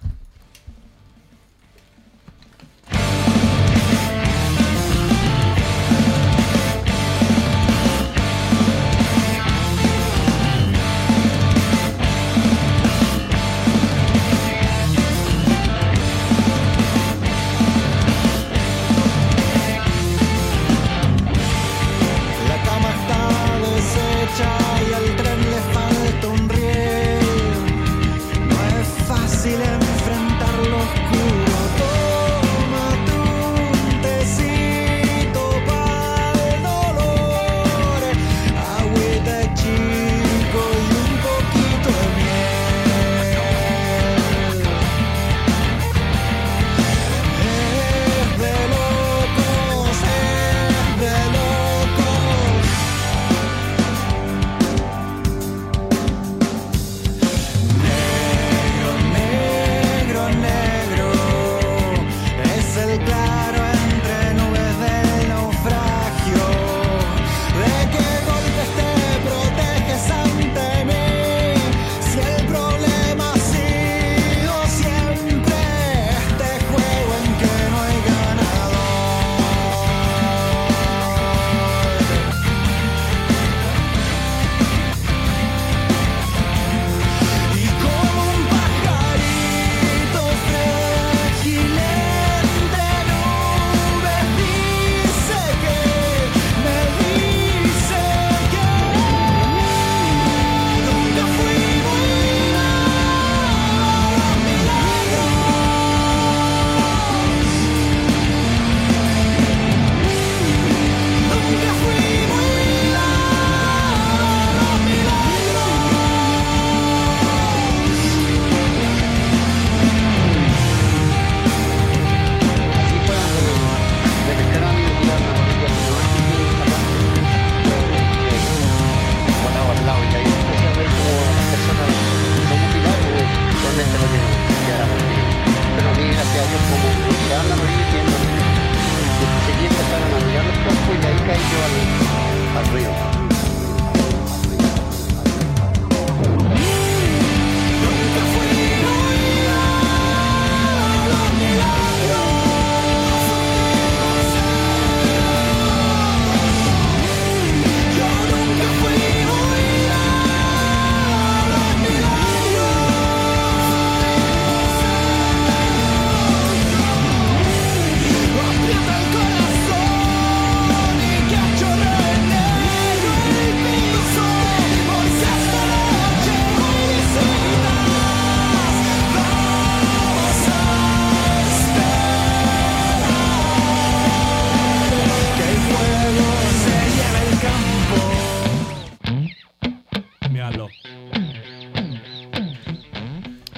Speaker 8: La cama está deshecha y al tren le falta un riel. No es fácil enfrentar. eh,
Speaker 9: este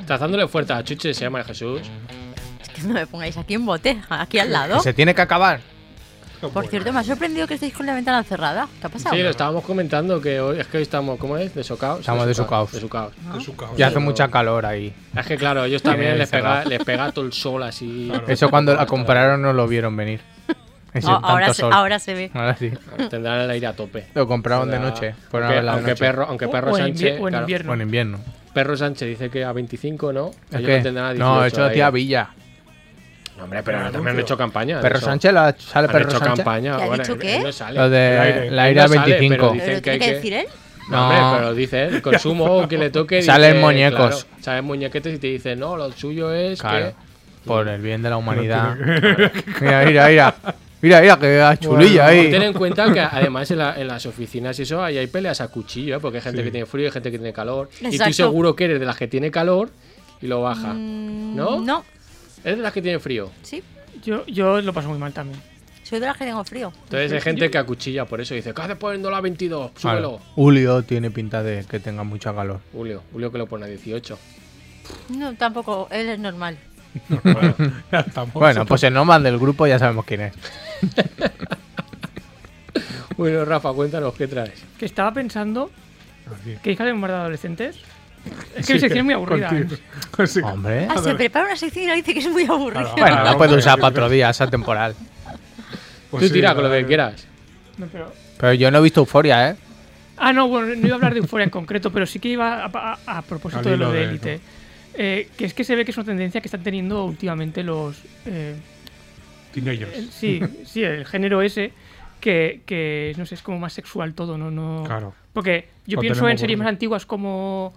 Speaker 2: Trazándole fuerte a Chuche se llama Jesús.
Speaker 6: Es que no me pongáis aquí en bote, aquí al lado.
Speaker 3: Se tiene que acabar.
Speaker 6: Por cierto, me ha sorprendido que estéis con la ventana cerrada. ¿Qué ha pasado?
Speaker 2: Sí, lo estábamos comentando que hoy es que hoy estamos, ¿cómo es? De socaos.
Speaker 3: Estamos de socaos.
Speaker 2: De socaos.
Speaker 5: De su caos.
Speaker 3: Y hace mucha calor ahí.
Speaker 2: Es que claro, ellos también
Speaker 3: Sí,
Speaker 2: les pega,
Speaker 3: cerrado.
Speaker 2: les pega todo el sol así.
Speaker 3: Eso cuando la compraron no lo vieron venir. Ese
Speaker 6: Ah,
Speaker 3: tanto
Speaker 6: ahora, se,
Speaker 3: sol.
Speaker 6: ahora se ve.
Speaker 3: Ahora sí.
Speaker 2: Tendrán el aire a tope.
Speaker 3: Lo compraron de
Speaker 2: Tendrá-
Speaker 3: noche. Fueron a
Speaker 2: Aunque,
Speaker 3: verla de
Speaker 2: aunque
Speaker 3: noche.
Speaker 2: perro, aunque
Speaker 4: O-
Speaker 2: perro
Speaker 4: o en
Speaker 2: Sánchez.
Speaker 4: invie- o en
Speaker 2: claro,
Speaker 4: invierno.
Speaker 3: O en invierno.
Speaker 2: Perro Sánchez dice que a 25, ¿no?
Speaker 3: Es
Speaker 2: Ellos
Speaker 3: que-
Speaker 2: no tendrán a 18.
Speaker 3: no, eso lo
Speaker 2: ahí.
Speaker 3: hacía Villa.
Speaker 2: No, hombre, pero también han hecho campaña. de
Speaker 3: Perro
Speaker 2: eso.
Speaker 3: Sánchez, lo ha- sale
Speaker 2: Han
Speaker 3: Perro
Speaker 2: hecho
Speaker 3: Sánchez.
Speaker 2: campaña.
Speaker 6: ¿Que ha
Speaker 2: bueno,
Speaker 6: dicho
Speaker 2: él-
Speaker 6: qué?
Speaker 2: él no sale.
Speaker 3: Lo de
Speaker 5: El aire.
Speaker 3: la
Speaker 2: Él
Speaker 3: ira
Speaker 2: no sale,
Speaker 3: 25.
Speaker 2: pero
Speaker 6: ¿Pero
Speaker 2: Dicen
Speaker 6: lo
Speaker 2: que hay
Speaker 6: tiene que
Speaker 2: que-
Speaker 6: decir él?
Speaker 2: No,
Speaker 3: No.
Speaker 2: hombre, pero dice el consumo que le toque.
Speaker 3: Salen
Speaker 2: dice,
Speaker 3: muñecos.
Speaker 2: claro, salen muñequetes y te dicen, no, lo suyo es
Speaker 3: Claro.
Speaker 2: que.
Speaker 3: Por el bien de la humanidad. Mira, mira, mira. Mira, mira, que chulilla
Speaker 2: Ten en
Speaker 3: ahí.
Speaker 2: cuenta que además en, la- en las oficinas y eso ahí hay peleas a cuchillo, ¿eh? porque hay gente que tiene frío y gente que tiene calor. Y tú
Speaker 6: Exacto. Mm.
Speaker 2: seguro que eres de las que tiene calor y lo baja. ¿No?
Speaker 6: No,
Speaker 2: Eres de las que tiene frío.
Speaker 6: sí.
Speaker 4: Yo, yo lo paso muy mal también.
Speaker 6: Soy de las que tengo frío.
Speaker 2: Entonces hay gente que acuchilla por eso. Dice, ¿qué haces poniendo la 22? Súbelo.
Speaker 3: Claro. Julio tiene pinta de que tenga mucha calor.
Speaker 2: Julio, Julio que lo pone a 18.
Speaker 6: No, tampoco, él es normal.
Speaker 5: Ya estamos.
Speaker 2: Oh,
Speaker 3: Bueno, pues el nomad del grupo ya sabemos quién es.
Speaker 2: Bueno, Rafa, cuéntanos qué traes.
Speaker 4: Que estaba pensando.
Speaker 5: Así.
Speaker 4: ¿Queréis que hablemos de adolescentes? Es que mi sección es muy aburrida.
Speaker 5: Contigo.
Speaker 4: ¿eh?
Speaker 5: Así que-
Speaker 3: Hombre.
Speaker 6: Ah, se prepara una sección y la dice que es muy aburrida.
Speaker 5: Claro.
Speaker 3: Bueno, la puedes
Speaker 5: hombre,
Speaker 3: usar
Speaker 5: sí,
Speaker 3: para
Speaker 5: sí.
Speaker 3: otro día, esa temporal.
Speaker 5: Pues
Speaker 2: Tú
Speaker 5: sí,
Speaker 2: tira
Speaker 5: la
Speaker 2: con lo que
Speaker 5: verdad
Speaker 2: quieras.
Speaker 4: No, pero-
Speaker 3: Pero yo no he visto Euforia, ¿eh?
Speaker 4: Ah, no, bueno, no iba a hablar de euforia en concreto, pero sí que iba a, a- a propósito
Speaker 5: Al
Speaker 4: de lo
Speaker 5: hilo
Speaker 4: de
Speaker 5: de-
Speaker 4: élite. Eh, que es que se ve que es una tendencia que están teniendo últimamente los. eh,
Speaker 5: Teenagers.
Speaker 4: el- sí, sí, el género ese, que, que, no sé, es como más sexual todo, ¿no? no
Speaker 5: Claro.
Speaker 4: Porque yo
Speaker 5: Lo
Speaker 4: pienso en
Speaker 5: tenemos
Speaker 4: series
Speaker 5: por-
Speaker 4: más antiguas como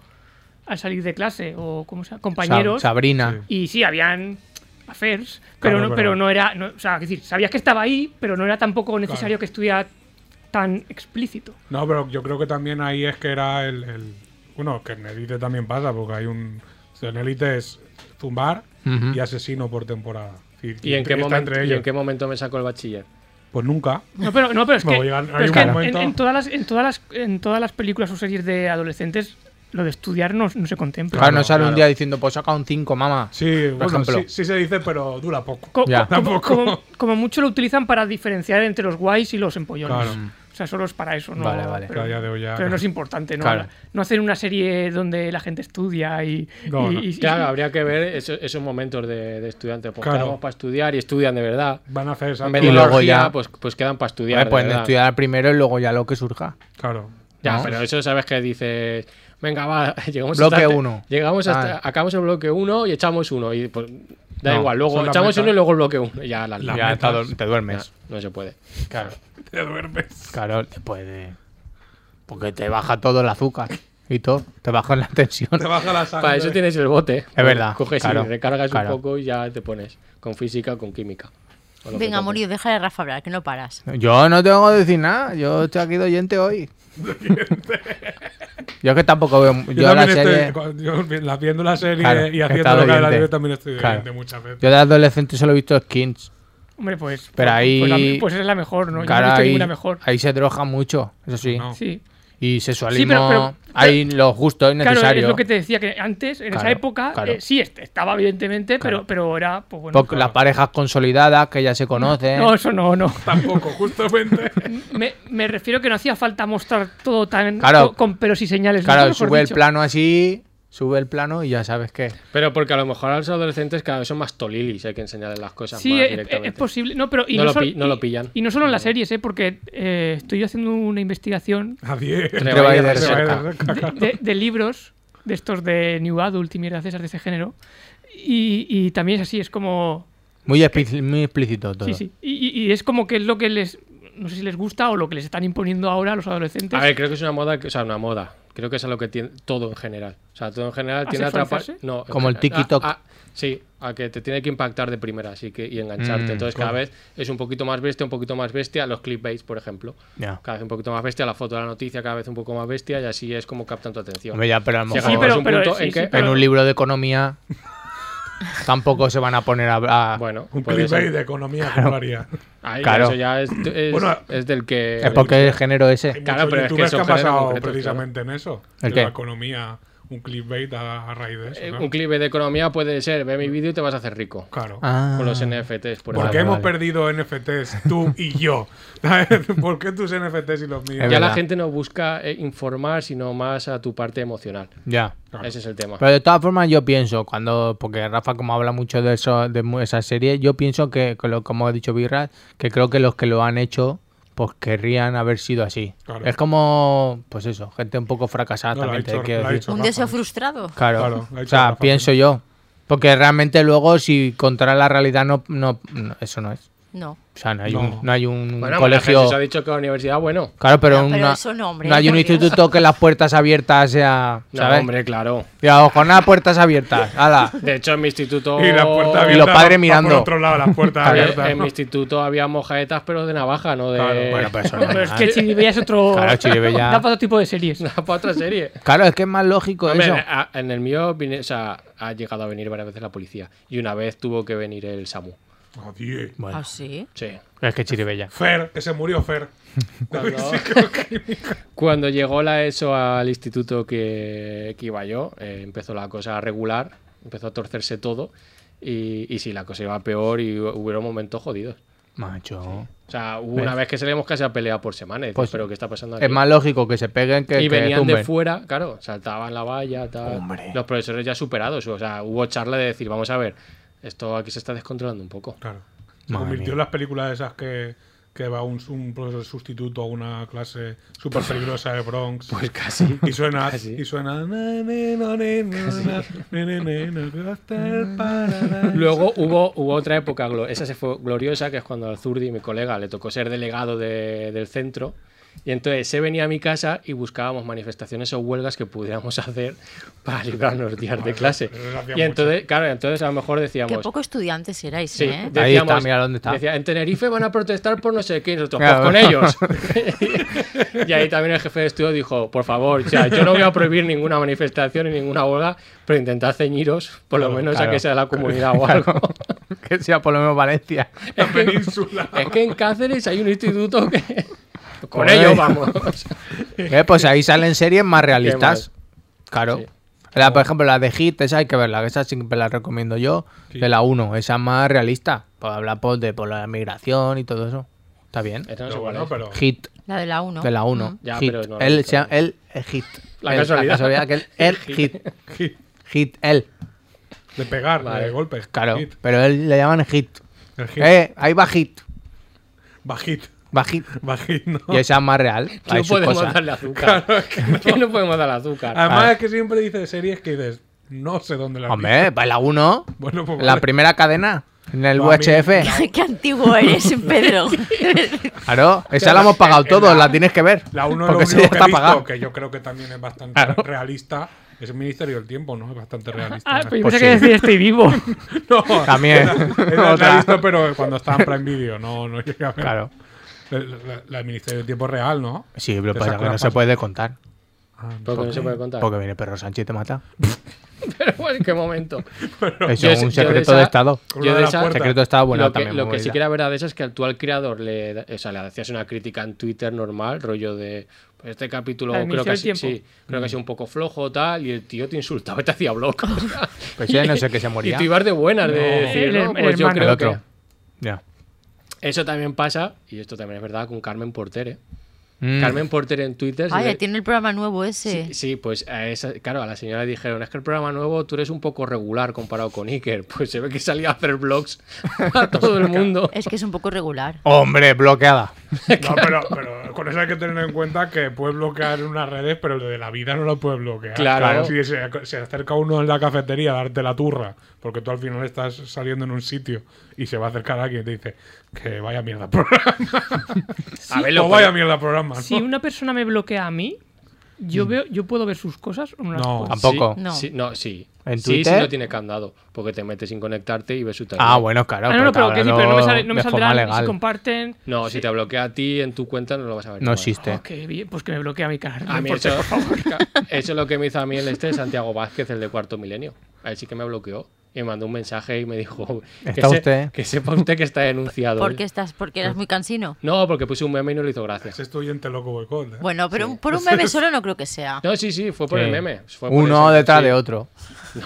Speaker 4: Al salir de clase o como sea, compañeros.
Speaker 3: Sa- Sabrina.
Speaker 4: Y sí, habían affairs, pero,
Speaker 5: Claro,
Speaker 4: no,
Speaker 5: es
Speaker 4: pero
Speaker 5: verdad.
Speaker 4: no era. no- o sea, es decir, sabías que estaba ahí, pero no era tampoco necesario que estuviera tan explícito.
Speaker 5: No, pero yo creo que también ahí es que era el. el- bueno, que en Elite también pasa, porque hay un. o sea, En Elite es Zumbar
Speaker 3: Ujú.
Speaker 5: y Asesino por temporada.
Speaker 2: ¿Y en, qué
Speaker 5: está
Speaker 2: momento,
Speaker 5: entre
Speaker 2: ¿Y en
Speaker 5: ellos.
Speaker 2: qué momento me saco el bachiller?
Speaker 5: Pues nunca.
Speaker 4: No, pero, no, pero es
Speaker 5: Bueno,
Speaker 4: que,
Speaker 5: llegan-
Speaker 4: pero
Speaker 5: hay
Speaker 4: es
Speaker 5: un
Speaker 4: que en- en,
Speaker 5: momento-
Speaker 4: en todas las, en, todas las, en todas las películas o series de adolescentes, lo de estudiar no, no se contempla.
Speaker 3: Claro, no sale
Speaker 2: claro.
Speaker 3: un día diciendo, pues saca un 5, mamá.
Speaker 5: Sí, bueno,
Speaker 3: ejemplo.
Speaker 5: sí, sí se dice, pero dura poco.
Speaker 4: Co-
Speaker 3: Ya.
Speaker 4: Como,
Speaker 5: Tampoco.
Speaker 4: como- como mucho lo utilizan para diferenciar entre los guays y los empollones.
Speaker 5: Claro.
Speaker 4: O sea, solo es para eso, ¿no?
Speaker 3: Vale, vale.
Speaker 5: Que a día de hoy ya-
Speaker 4: pero no es importante, ¿no?
Speaker 3: Claro.
Speaker 4: No hacer una serie donde la gente estudia y.
Speaker 5: No,
Speaker 4: y-
Speaker 5: no.
Speaker 4: y- y-
Speaker 2: Claro, habría que ver eso- esos momentos de, de estudiantes. Pues
Speaker 5: Claro.
Speaker 2: quedamos para estudiar y estudian de verdad.
Speaker 5: Van a hacer esa.
Speaker 2: En vez de
Speaker 3: Y
Speaker 2: una
Speaker 3: luego
Speaker 2: orgía,
Speaker 3: ya-
Speaker 2: Pues, pues quedan para estudiar.
Speaker 3: Hombre,
Speaker 2: de
Speaker 3: pueden
Speaker 2: verdad.
Speaker 3: estudiar primero y luego ya lo que surja.
Speaker 5: Claro.
Speaker 2: Ya,
Speaker 3: ¿no?
Speaker 2: pero eso sabes que dices. Venga, va, llegamos
Speaker 3: Bloque
Speaker 2: hasta-
Speaker 3: uno.
Speaker 2: Llegamos hasta.
Speaker 3: Ah.
Speaker 2: Acabamos el bloque 1 y echamos uno. Y pues, da
Speaker 3: No,
Speaker 2: igual,
Speaker 5: son
Speaker 2: luego
Speaker 5: las
Speaker 2: echamos
Speaker 5: metas.
Speaker 2: uno y luego el bloque uno. y Ya, la, ya,
Speaker 5: La-
Speaker 3: ya te,
Speaker 5: metas.
Speaker 3: ador- te duermes.
Speaker 2: no se puede.
Speaker 3: Claro.
Speaker 5: Te duermes.
Speaker 3: Claro, después de. Porque te baja todo el azúcar y todo. Te baja la tensión.
Speaker 5: Te baja la sangre.
Speaker 2: Para eso tienes el bote. Pues
Speaker 3: Ah, verdad,
Speaker 2: Coges
Speaker 3: claro,
Speaker 2: y recargas
Speaker 3: claro.
Speaker 2: un poco y ya te pones. Con física, con química. con lo que
Speaker 6: Venga,
Speaker 2: toque.
Speaker 6: Murillo, déjale a Rafa hablar, que no paras.
Speaker 3: Yo no tengo que decir nada. Yo estoy aquí de oyente hoy. yo es que tampoco veo. Yo,
Speaker 5: Yo,
Speaker 3: la
Speaker 5: también
Speaker 3: serie.
Speaker 5: estoy. Yo vi- la- viendo la serie
Speaker 3: Claro,
Speaker 5: y
Speaker 3: está
Speaker 5: haciendo lo que
Speaker 3: doliente.
Speaker 5: la serie también estoy
Speaker 3: Claro.
Speaker 5: doliente muchas veces.
Speaker 3: Yo de adolescente solo he visto skins.
Speaker 4: Hombre, pues.
Speaker 3: Pero
Speaker 4: pues-
Speaker 3: ahí-
Speaker 4: Pues, la- pues esa es la mejor, ¿no? Yo
Speaker 3: Claro,
Speaker 4: no he visto
Speaker 3: ahí,
Speaker 4: ninguna mejor.
Speaker 3: ahí se droga mucho, eso sí.
Speaker 5: No.
Speaker 4: Sí.
Speaker 3: Y sexualismo.
Speaker 4: pero- pero-
Speaker 3: hay lo justo y necesario.
Speaker 4: Claro, es lo que te decía, que antes, en esa
Speaker 3: Claro,
Speaker 4: época,
Speaker 3: claro.
Speaker 4: eh, sí est- estaba, evidentemente,
Speaker 3: Claro.
Speaker 4: pero, pero era, pues bueno.
Speaker 3: Porque Las parejas consolidadas que ya se conocen.
Speaker 4: No, eso no, no.
Speaker 5: Tampoco, justamente.
Speaker 4: Me, me refiero que no hacía falta mostrar todo tan
Speaker 3: Claro.
Speaker 4: co- con pelos y señales.
Speaker 3: claro,
Speaker 4: nunca mejor
Speaker 3: sube el
Speaker 4: dicho.
Speaker 3: plano así, sube el plano y ya sabes qué.
Speaker 2: Pero porque a lo mejor a los adolescentes cada vez son más tolilis, hay que enseñarles las cosas
Speaker 4: Sí, eh,
Speaker 2: más
Speaker 4: es- es,
Speaker 2: directamente.
Speaker 4: es posible. No, pero y
Speaker 2: No
Speaker 4: no,
Speaker 2: lo
Speaker 4: solo-
Speaker 2: pi- no lo
Speaker 4: y-
Speaker 2: pillan.
Speaker 4: Y, no solo en las series, ¿eh? porque eh, estoy haciendo una investigación
Speaker 5: A 10.
Speaker 2: Entre
Speaker 3: Entre
Speaker 2: Bayer
Speaker 3: Bayer
Speaker 2: y Resaca.
Speaker 5: Resaca.
Speaker 4: de, de- de libros de estos de New Adult y mierdas de esas de ese género. Y, y también es así, es como.
Speaker 3: Muy, explí- muy explícito todo.
Speaker 4: Sí, sí. Y, y- y es como que es lo que les. No sé si les gusta o lo que les están imponiendo ahora a los adolescentes.
Speaker 2: A ver, creo que es una moda, que- o sea, una moda. Creo que es a lo que tiene todo en general. O sea, todo en general tiene a atrapar.
Speaker 4: ¿Asexualizarse?
Speaker 2: No, en
Speaker 3: Como el
Speaker 2: general.
Speaker 3: tiki-tok.
Speaker 2: A- a- sí, a que te tiene que impactar de primera así que, y engancharte.
Speaker 3: Mm,
Speaker 2: Entonces, cada vez es un poquito más bestia, un poquito más bestia. Los clickbaits, por ejemplo.
Speaker 3: Ya.
Speaker 2: Cada vez un poquito más bestia, la foto de la noticia cada vez un poco más bestia y así es como captan tu atención.
Speaker 3: Hombre, ya, pero a lo mejor
Speaker 2: Llegamos
Speaker 4: pero-
Speaker 2: a un punto
Speaker 4: sí,
Speaker 2: en
Speaker 4: sí,
Speaker 2: que.
Speaker 4: pero-
Speaker 3: en un libro de economía tampoco se van a poner a, a-
Speaker 2: Bueno,
Speaker 5: Un
Speaker 2: puede ser.
Speaker 5: clickbait de economía, que no haría.
Speaker 2: Ahí,
Speaker 3: Claro.
Speaker 2: Eso ya es, es-
Speaker 5: Bueno,
Speaker 2: es del que.
Speaker 3: es porque es el género ese.
Speaker 5: Hay
Speaker 2: Claro,
Speaker 5: muchos
Speaker 2: pero es que
Speaker 5: youtubers
Speaker 2: eso
Speaker 5: que han
Speaker 2: genera
Speaker 5: pasado
Speaker 2: concretos,
Speaker 5: precisamente en eso.
Speaker 3: ¿El
Speaker 5: en
Speaker 3: qué?
Speaker 5: la economía un clickbait a, a raíz de eso.
Speaker 2: Eh,
Speaker 5: claro.
Speaker 2: un clip de economía puede ser, ve mi vídeo y te vas a hacer rico.
Speaker 5: Claro.
Speaker 3: Ah,
Speaker 2: Con los NFTs, por
Speaker 5: ¿Por
Speaker 2: ejemplo.
Speaker 5: qué hemos
Speaker 3: vale.
Speaker 5: perdido NFTs, tú y yo? ¿Por qué tus NFTs y los míos?
Speaker 3: Es
Speaker 2: Ya la
Speaker 3: verdad.
Speaker 2: gente no busca eh, informar, sino más a tu parte emocional.
Speaker 3: ya.
Speaker 2: Ese es el tema.
Speaker 3: Pero de todas formas yo pienso, cuando, porque Rafa como habla mucho de eso, de mu- esa serie, yo pienso que, que lo- como ha dicho Birra, que creo que los que lo han hecho, pues querrían haber sido así.
Speaker 5: Claro.
Speaker 3: Es como, pues eso, gente un poco fracasada
Speaker 5: No, lo ha
Speaker 3: también, te
Speaker 5: hecho-
Speaker 3: quiero
Speaker 5: lo ha
Speaker 3: decir.
Speaker 5: hecho
Speaker 6: Un
Speaker 5: Rafa.
Speaker 6: deseo frustrado.
Speaker 3: Claro,
Speaker 5: Claro, lo ha
Speaker 3: o
Speaker 5: hecho
Speaker 3: sea,
Speaker 5: Rafa
Speaker 3: pienso yo. Porque realmente luego si contra la realidad no, no, no- eso no es.
Speaker 6: No.
Speaker 3: O sea, no hay
Speaker 5: No.
Speaker 3: un, no hay un
Speaker 2: Bueno,
Speaker 3: colegio...
Speaker 2: Jesús ha dicho que la universidad, bueno.
Speaker 3: Claro, pero,
Speaker 6: No, pero
Speaker 3: una-
Speaker 6: eso no, hombre,
Speaker 3: hay un
Speaker 6: por Dios.
Speaker 3: instituto que las puertas abiertas sea...
Speaker 2: No,
Speaker 3: ¿sabes?
Speaker 2: hombre, claro.
Speaker 3: Cuidado, jornada puertas abiertas. Ala.
Speaker 2: De hecho, en mi instituto.
Speaker 5: Y la puerta
Speaker 3: Y
Speaker 5: abierta.
Speaker 3: los padres
Speaker 5: va- va
Speaker 3: mirando.
Speaker 5: Por otro lado, las puertas
Speaker 2: había-
Speaker 5: abiertas.
Speaker 2: en eh, mi instituto había mojadetas, pero de navaja, no de.
Speaker 5: Claro,
Speaker 3: Bueno, pero eso no
Speaker 4: Pero
Speaker 3: es
Speaker 4: es
Speaker 3: nada.
Speaker 4: que Chiribella es otro.
Speaker 3: Claro, Chiribella.
Speaker 4: Da para otro tipo de series.
Speaker 2: para otra serie.
Speaker 3: Claro, es que es más lógico
Speaker 2: Hombre, eh,
Speaker 3: eso.
Speaker 2: a- en el mío vine- o sea, ha llegado a venir varias veces la policía. Y una vez tuvo que venir el SAMU.
Speaker 5: Joder.
Speaker 3: Bueno,
Speaker 6: ¿Ah, sí?
Speaker 2: Sí.
Speaker 3: es que Chiribella.
Speaker 5: Fer, que se murió Fer.
Speaker 2: Cuando, cuando llegó la ESO al instituto que, que iba yo, eh, empezó la cosa a regular, empezó a torcerse todo. Y, y sí, la cosa iba peor y hu- hubieron momentos jodidos.
Speaker 3: Macho.
Speaker 2: O sea, hubo una vez que salíamos casi a pelear por semana. y dices,
Speaker 3: Pues
Speaker 2: pero ¿qué está pasando aquí?
Speaker 3: Es más lógico que se peguen que que
Speaker 2: y venían de
Speaker 3: tumben.
Speaker 2: fuera, claro, saltaban la valla, tal.
Speaker 3: Hombre.
Speaker 2: Los profesores ya superados, o sea, hubo charla de decir, vamos a ver, esto aquí se está descontrolando un poco.
Speaker 5: Claro. Se
Speaker 3: Madre
Speaker 5: convirtió en
Speaker 3: mía.
Speaker 5: las películas esas que, que va un, un profesor sustituto a una clase súper peligrosa de Bronx.
Speaker 2: Pues casi.
Speaker 5: y suena,
Speaker 3: Ah,
Speaker 2: casi.
Speaker 5: y suena. "Na, ne, no, ne, no, na, ne, ne, ne, no, que va a estar para-
Speaker 2: Luego hubo, hubo otra época, glo- esa se fue gloriosa, que es cuando al Zurdi, mi colega, le tocó ser delegado de- del centro. Y entonces se venía a mi casa y buscábamos manifestaciones o huelgas que pudiéramos hacer para librarnos días de clase.
Speaker 5: pero eso hacía
Speaker 2: Y entonces, claro, entonces a lo mejor
Speaker 6: Qué
Speaker 2: decíamos,
Speaker 6: poco estudiantes erais,
Speaker 2: Sí,
Speaker 6: ¿eh?
Speaker 2: decíamos-
Speaker 3: Ahí está, mira dónde está.
Speaker 2: decía, en Tenerife van a protestar por no sé qué, y nosotros,
Speaker 3: Claro.
Speaker 2: pues con ellos. y ahí también el jefe de estudio dijo, por favor, o sea, yo no voy a prohibir ninguna manifestación y ninguna huelga, pero intentad ceñiros, por lo menos
Speaker 3: claro.
Speaker 2: a que sea la comunidad o algo.
Speaker 3: que sea por lo menos Valencia.
Speaker 5: La península.
Speaker 2: es que en Cáceres hay un instituto que... con
Speaker 3: Con
Speaker 2: ellos
Speaker 3: ellos.
Speaker 2: vamos.
Speaker 3: Eh, Pues ahí salen series más realistas. Claro.
Speaker 2: Sí.
Speaker 3: La- por ejemplo, la de Hit, esa hay que verla, esa siempre la recomiendo yo. De la 1, esa es más realista. Para hablar pues, de por la migración y todo eso. Está bien.
Speaker 2: Esta no sé
Speaker 5: Pero
Speaker 2: cuál
Speaker 5: bueno,
Speaker 2: es.
Speaker 5: pero.
Speaker 3: Hit.
Speaker 6: La de la 1.
Speaker 3: De la 1.
Speaker 2: Ya,
Speaker 3: hit.
Speaker 2: pero no la he
Speaker 3: él,
Speaker 2: visto.
Speaker 3: se llama- él, el hit.
Speaker 2: La
Speaker 3: Él,
Speaker 2: casualidad.
Speaker 3: que él, él, hit.
Speaker 5: hit,
Speaker 3: Hit, él.
Speaker 5: De pegar,
Speaker 2: Vale.
Speaker 5: de golpe.
Speaker 3: Claro.
Speaker 5: Hit,
Speaker 3: Pero él le llaman hit.
Speaker 5: el hit.
Speaker 3: Eh, ahí va hit.
Speaker 5: Va hit.
Speaker 3: Va hit.
Speaker 5: Va hit, ¿no?
Speaker 3: Y esa es más real.
Speaker 2: No
Speaker 3: Hay sus
Speaker 2: podemos
Speaker 3: cosas.
Speaker 2: darle azúcar. no. podemos darle azúcar.
Speaker 5: Además,
Speaker 3: Ah.
Speaker 5: es que siempre dice series que dices, no sé dónde las
Speaker 3: Hombre, para la 1,
Speaker 5: Bueno, pues
Speaker 3: la
Speaker 5: vale.
Speaker 3: primera cadena, en el
Speaker 5: No, a mí-
Speaker 3: VHF.
Speaker 6: Qué antiguo eres, Pedro.
Speaker 3: Claro, esa la hemos pagado
Speaker 5: en
Speaker 3: todos,
Speaker 5: la-
Speaker 3: la tienes que ver.
Speaker 5: La uno
Speaker 3: Porque
Speaker 5: lo
Speaker 3: esa
Speaker 5: único
Speaker 3: ya
Speaker 5: que
Speaker 3: está
Speaker 5: he visto,
Speaker 3: pagada.
Speaker 5: que yo creo que también es bastante realista, es el Ministerio del Tiempo, ¿no? Es bastante realista.
Speaker 4: Ah,
Speaker 5: ¿no?
Speaker 4: pues yo
Speaker 3: Pues
Speaker 4: pensé que
Speaker 3: sí.
Speaker 4: decir estoy vivo.
Speaker 5: no,
Speaker 3: También.
Speaker 5: era- era
Speaker 3: Otra.
Speaker 5: realista, pero cuando estaba en Prime Video, no, no llega a ver.
Speaker 3: Claro.
Speaker 5: La, la- la del Ministerio del Tiempo es real, ¿no?
Speaker 3: Sí, pero
Speaker 5: Te
Speaker 3: pasa
Speaker 5: saca
Speaker 3: que
Speaker 5: la
Speaker 3: no se
Speaker 5: pasta.
Speaker 3: puede contar. Ah,
Speaker 2: Porque no se puede contar.
Speaker 3: Porque viene Perro Sánchez y te mata.
Speaker 2: Pero en qué momento.
Speaker 3: Eso
Speaker 2: Yo
Speaker 3: es
Speaker 2: sé-
Speaker 3: un
Speaker 2: yo de
Speaker 3: secreto
Speaker 2: esa-
Speaker 3: de Estado.
Speaker 5: Con
Speaker 2: Yo
Speaker 5: una
Speaker 2: de
Speaker 5: de la
Speaker 2: esa-
Speaker 5: puerta.
Speaker 3: Secreto de Estado, bueno,
Speaker 2: lo que,
Speaker 3: también.
Speaker 2: lo
Speaker 3: muy
Speaker 2: que sí
Speaker 3: bien.
Speaker 2: que era verdad de eso es que al- tú al creador le, da- o sea, le hacías una crítica en Twitter normal, rollo de pues este capítulo
Speaker 4: La
Speaker 2: creo que, ha,
Speaker 4: emisión
Speaker 2: si-
Speaker 4: del tiempo.
Speaker 2: sí, creo
Speaker 3: Mm.
Speaker 2: que ha sido un poco flojo tal, y el tío te insultaba y te hacía bloco.
Speaker 3: Pues yo no sé qué se
Speaker 2: y
Speaker 3: moría.
Speaker 2: tú ibas de buenas de decir,
Speaker 4: El-
Speaker 2: "No,
Speaker 4: el
Speaker 2: pues yo
Speaker 4: hermano.
Speaker 3: El
Speaker 2: creo que
Speaker 3: otro. Ya.
Speaker 2: eso también pasa, y esto también es verdad con Carmen Porter, ¿eh?
Speaker 3: Mm.
Speaker 2: Carmen Porter en Twitter se
Speaker 6: Vaya,
Speaker 2: le-
Speaker 6: tiene el programa nuevo ese.
Speaker 2: Sí, sí, pues a esa, claro, a la señora le dijeron, es que el programa nuevo tú eres un poco regular comparado con Iker. Pues se ve que salía a hacer vlogs a todo el mundo.
Speaker 6: Es que es un poco regular.
Speaker 3: Hombre, bloqueada.
Speaker 5: No, pero, pero con eso hay que tener en cuenta que puedes bloquear en unas redes, pero lo de la vida no lo puedes bloquear.
Speaker 2: Claro.
Speaker 5: si se, se acerca uno en la cafetería a darte la turra, porque tú al final estás saliendo en un sitio y se va a acercar alguien y te dice que vaya mierda programa.
Speaker 2: A ver,
Speaker 5: o
Speaker 2: lo
Speaker 5: vaya mierda programa. ¿no?
Speaker 4: Si una persona me bloquea a mí,
Speaker 3: Mm.
Speaker 4: yo veo, yo puedo ver sus cosas o no las
Speaker 5: No.
Speaker 4: puedo.
Speaker 3: Tampoco.
Speaker 2: Sí,
Speaker 6: No.
Speaker 2: Sí, no, sí.
Speaker 3: ¿En
Speaker 2: sí, sí
Speaker 3: Twitter?
Speaker 2: no tiene candado, porque te metes sin conectarte y ves su teléfono.
Speaker 3: Ah, bueno, claro.
Speaker 4: Ah, no, no,
Speaker 3: está
Speaker 4: pero, que sí, pero no me, sale- no me
Speaker 3: hablando de forma
Speaker 4: saldrán si
Speaker 3: legal.
Speaker 4: comparten.
Speaker 2: No, si te bloquea a ti en tu cuenta no lo vas a ver.
Speaker 3: No
Speaker 2: nunca.
Speaker 3: existe.
Speaker 4: Oh, qué bien, pues que me bloquea mi cara.
Speaker 2: A mí
Speaker 4: Por
Speaker 2: Ah, eso,
Speaker 4: favor.
Speaker 2: eso es lo que me hizo a mí el este Santiago Vázquez, el de Cuarto Milenio. A él sí que me bloqueó. y me mandó un mensaje y me dijo que,
Speaker 3: Está usted.
Speaker 2: que sepa usted que está denunciado.
Speaker 6: ¿Por qué estás? ¿Porque eras muy cansino?
Speaker 2: No, porque puse un meme y no le hizo gracia.
Speaker 5: Ese estudiante loco boicot. ¿eh?
Speaker 6: Bueno, pero un- por un bebé solo no creo que sea.
Speaker 2: No, sí, sí, fue por
Speaker 3: Sí.
Speaker 2: el meme. fue por
Speaker 3: Uno
Speaker 2: eso,
Speaker 3: detrás
Speaker 2: sí.
Speaker 3: de otro.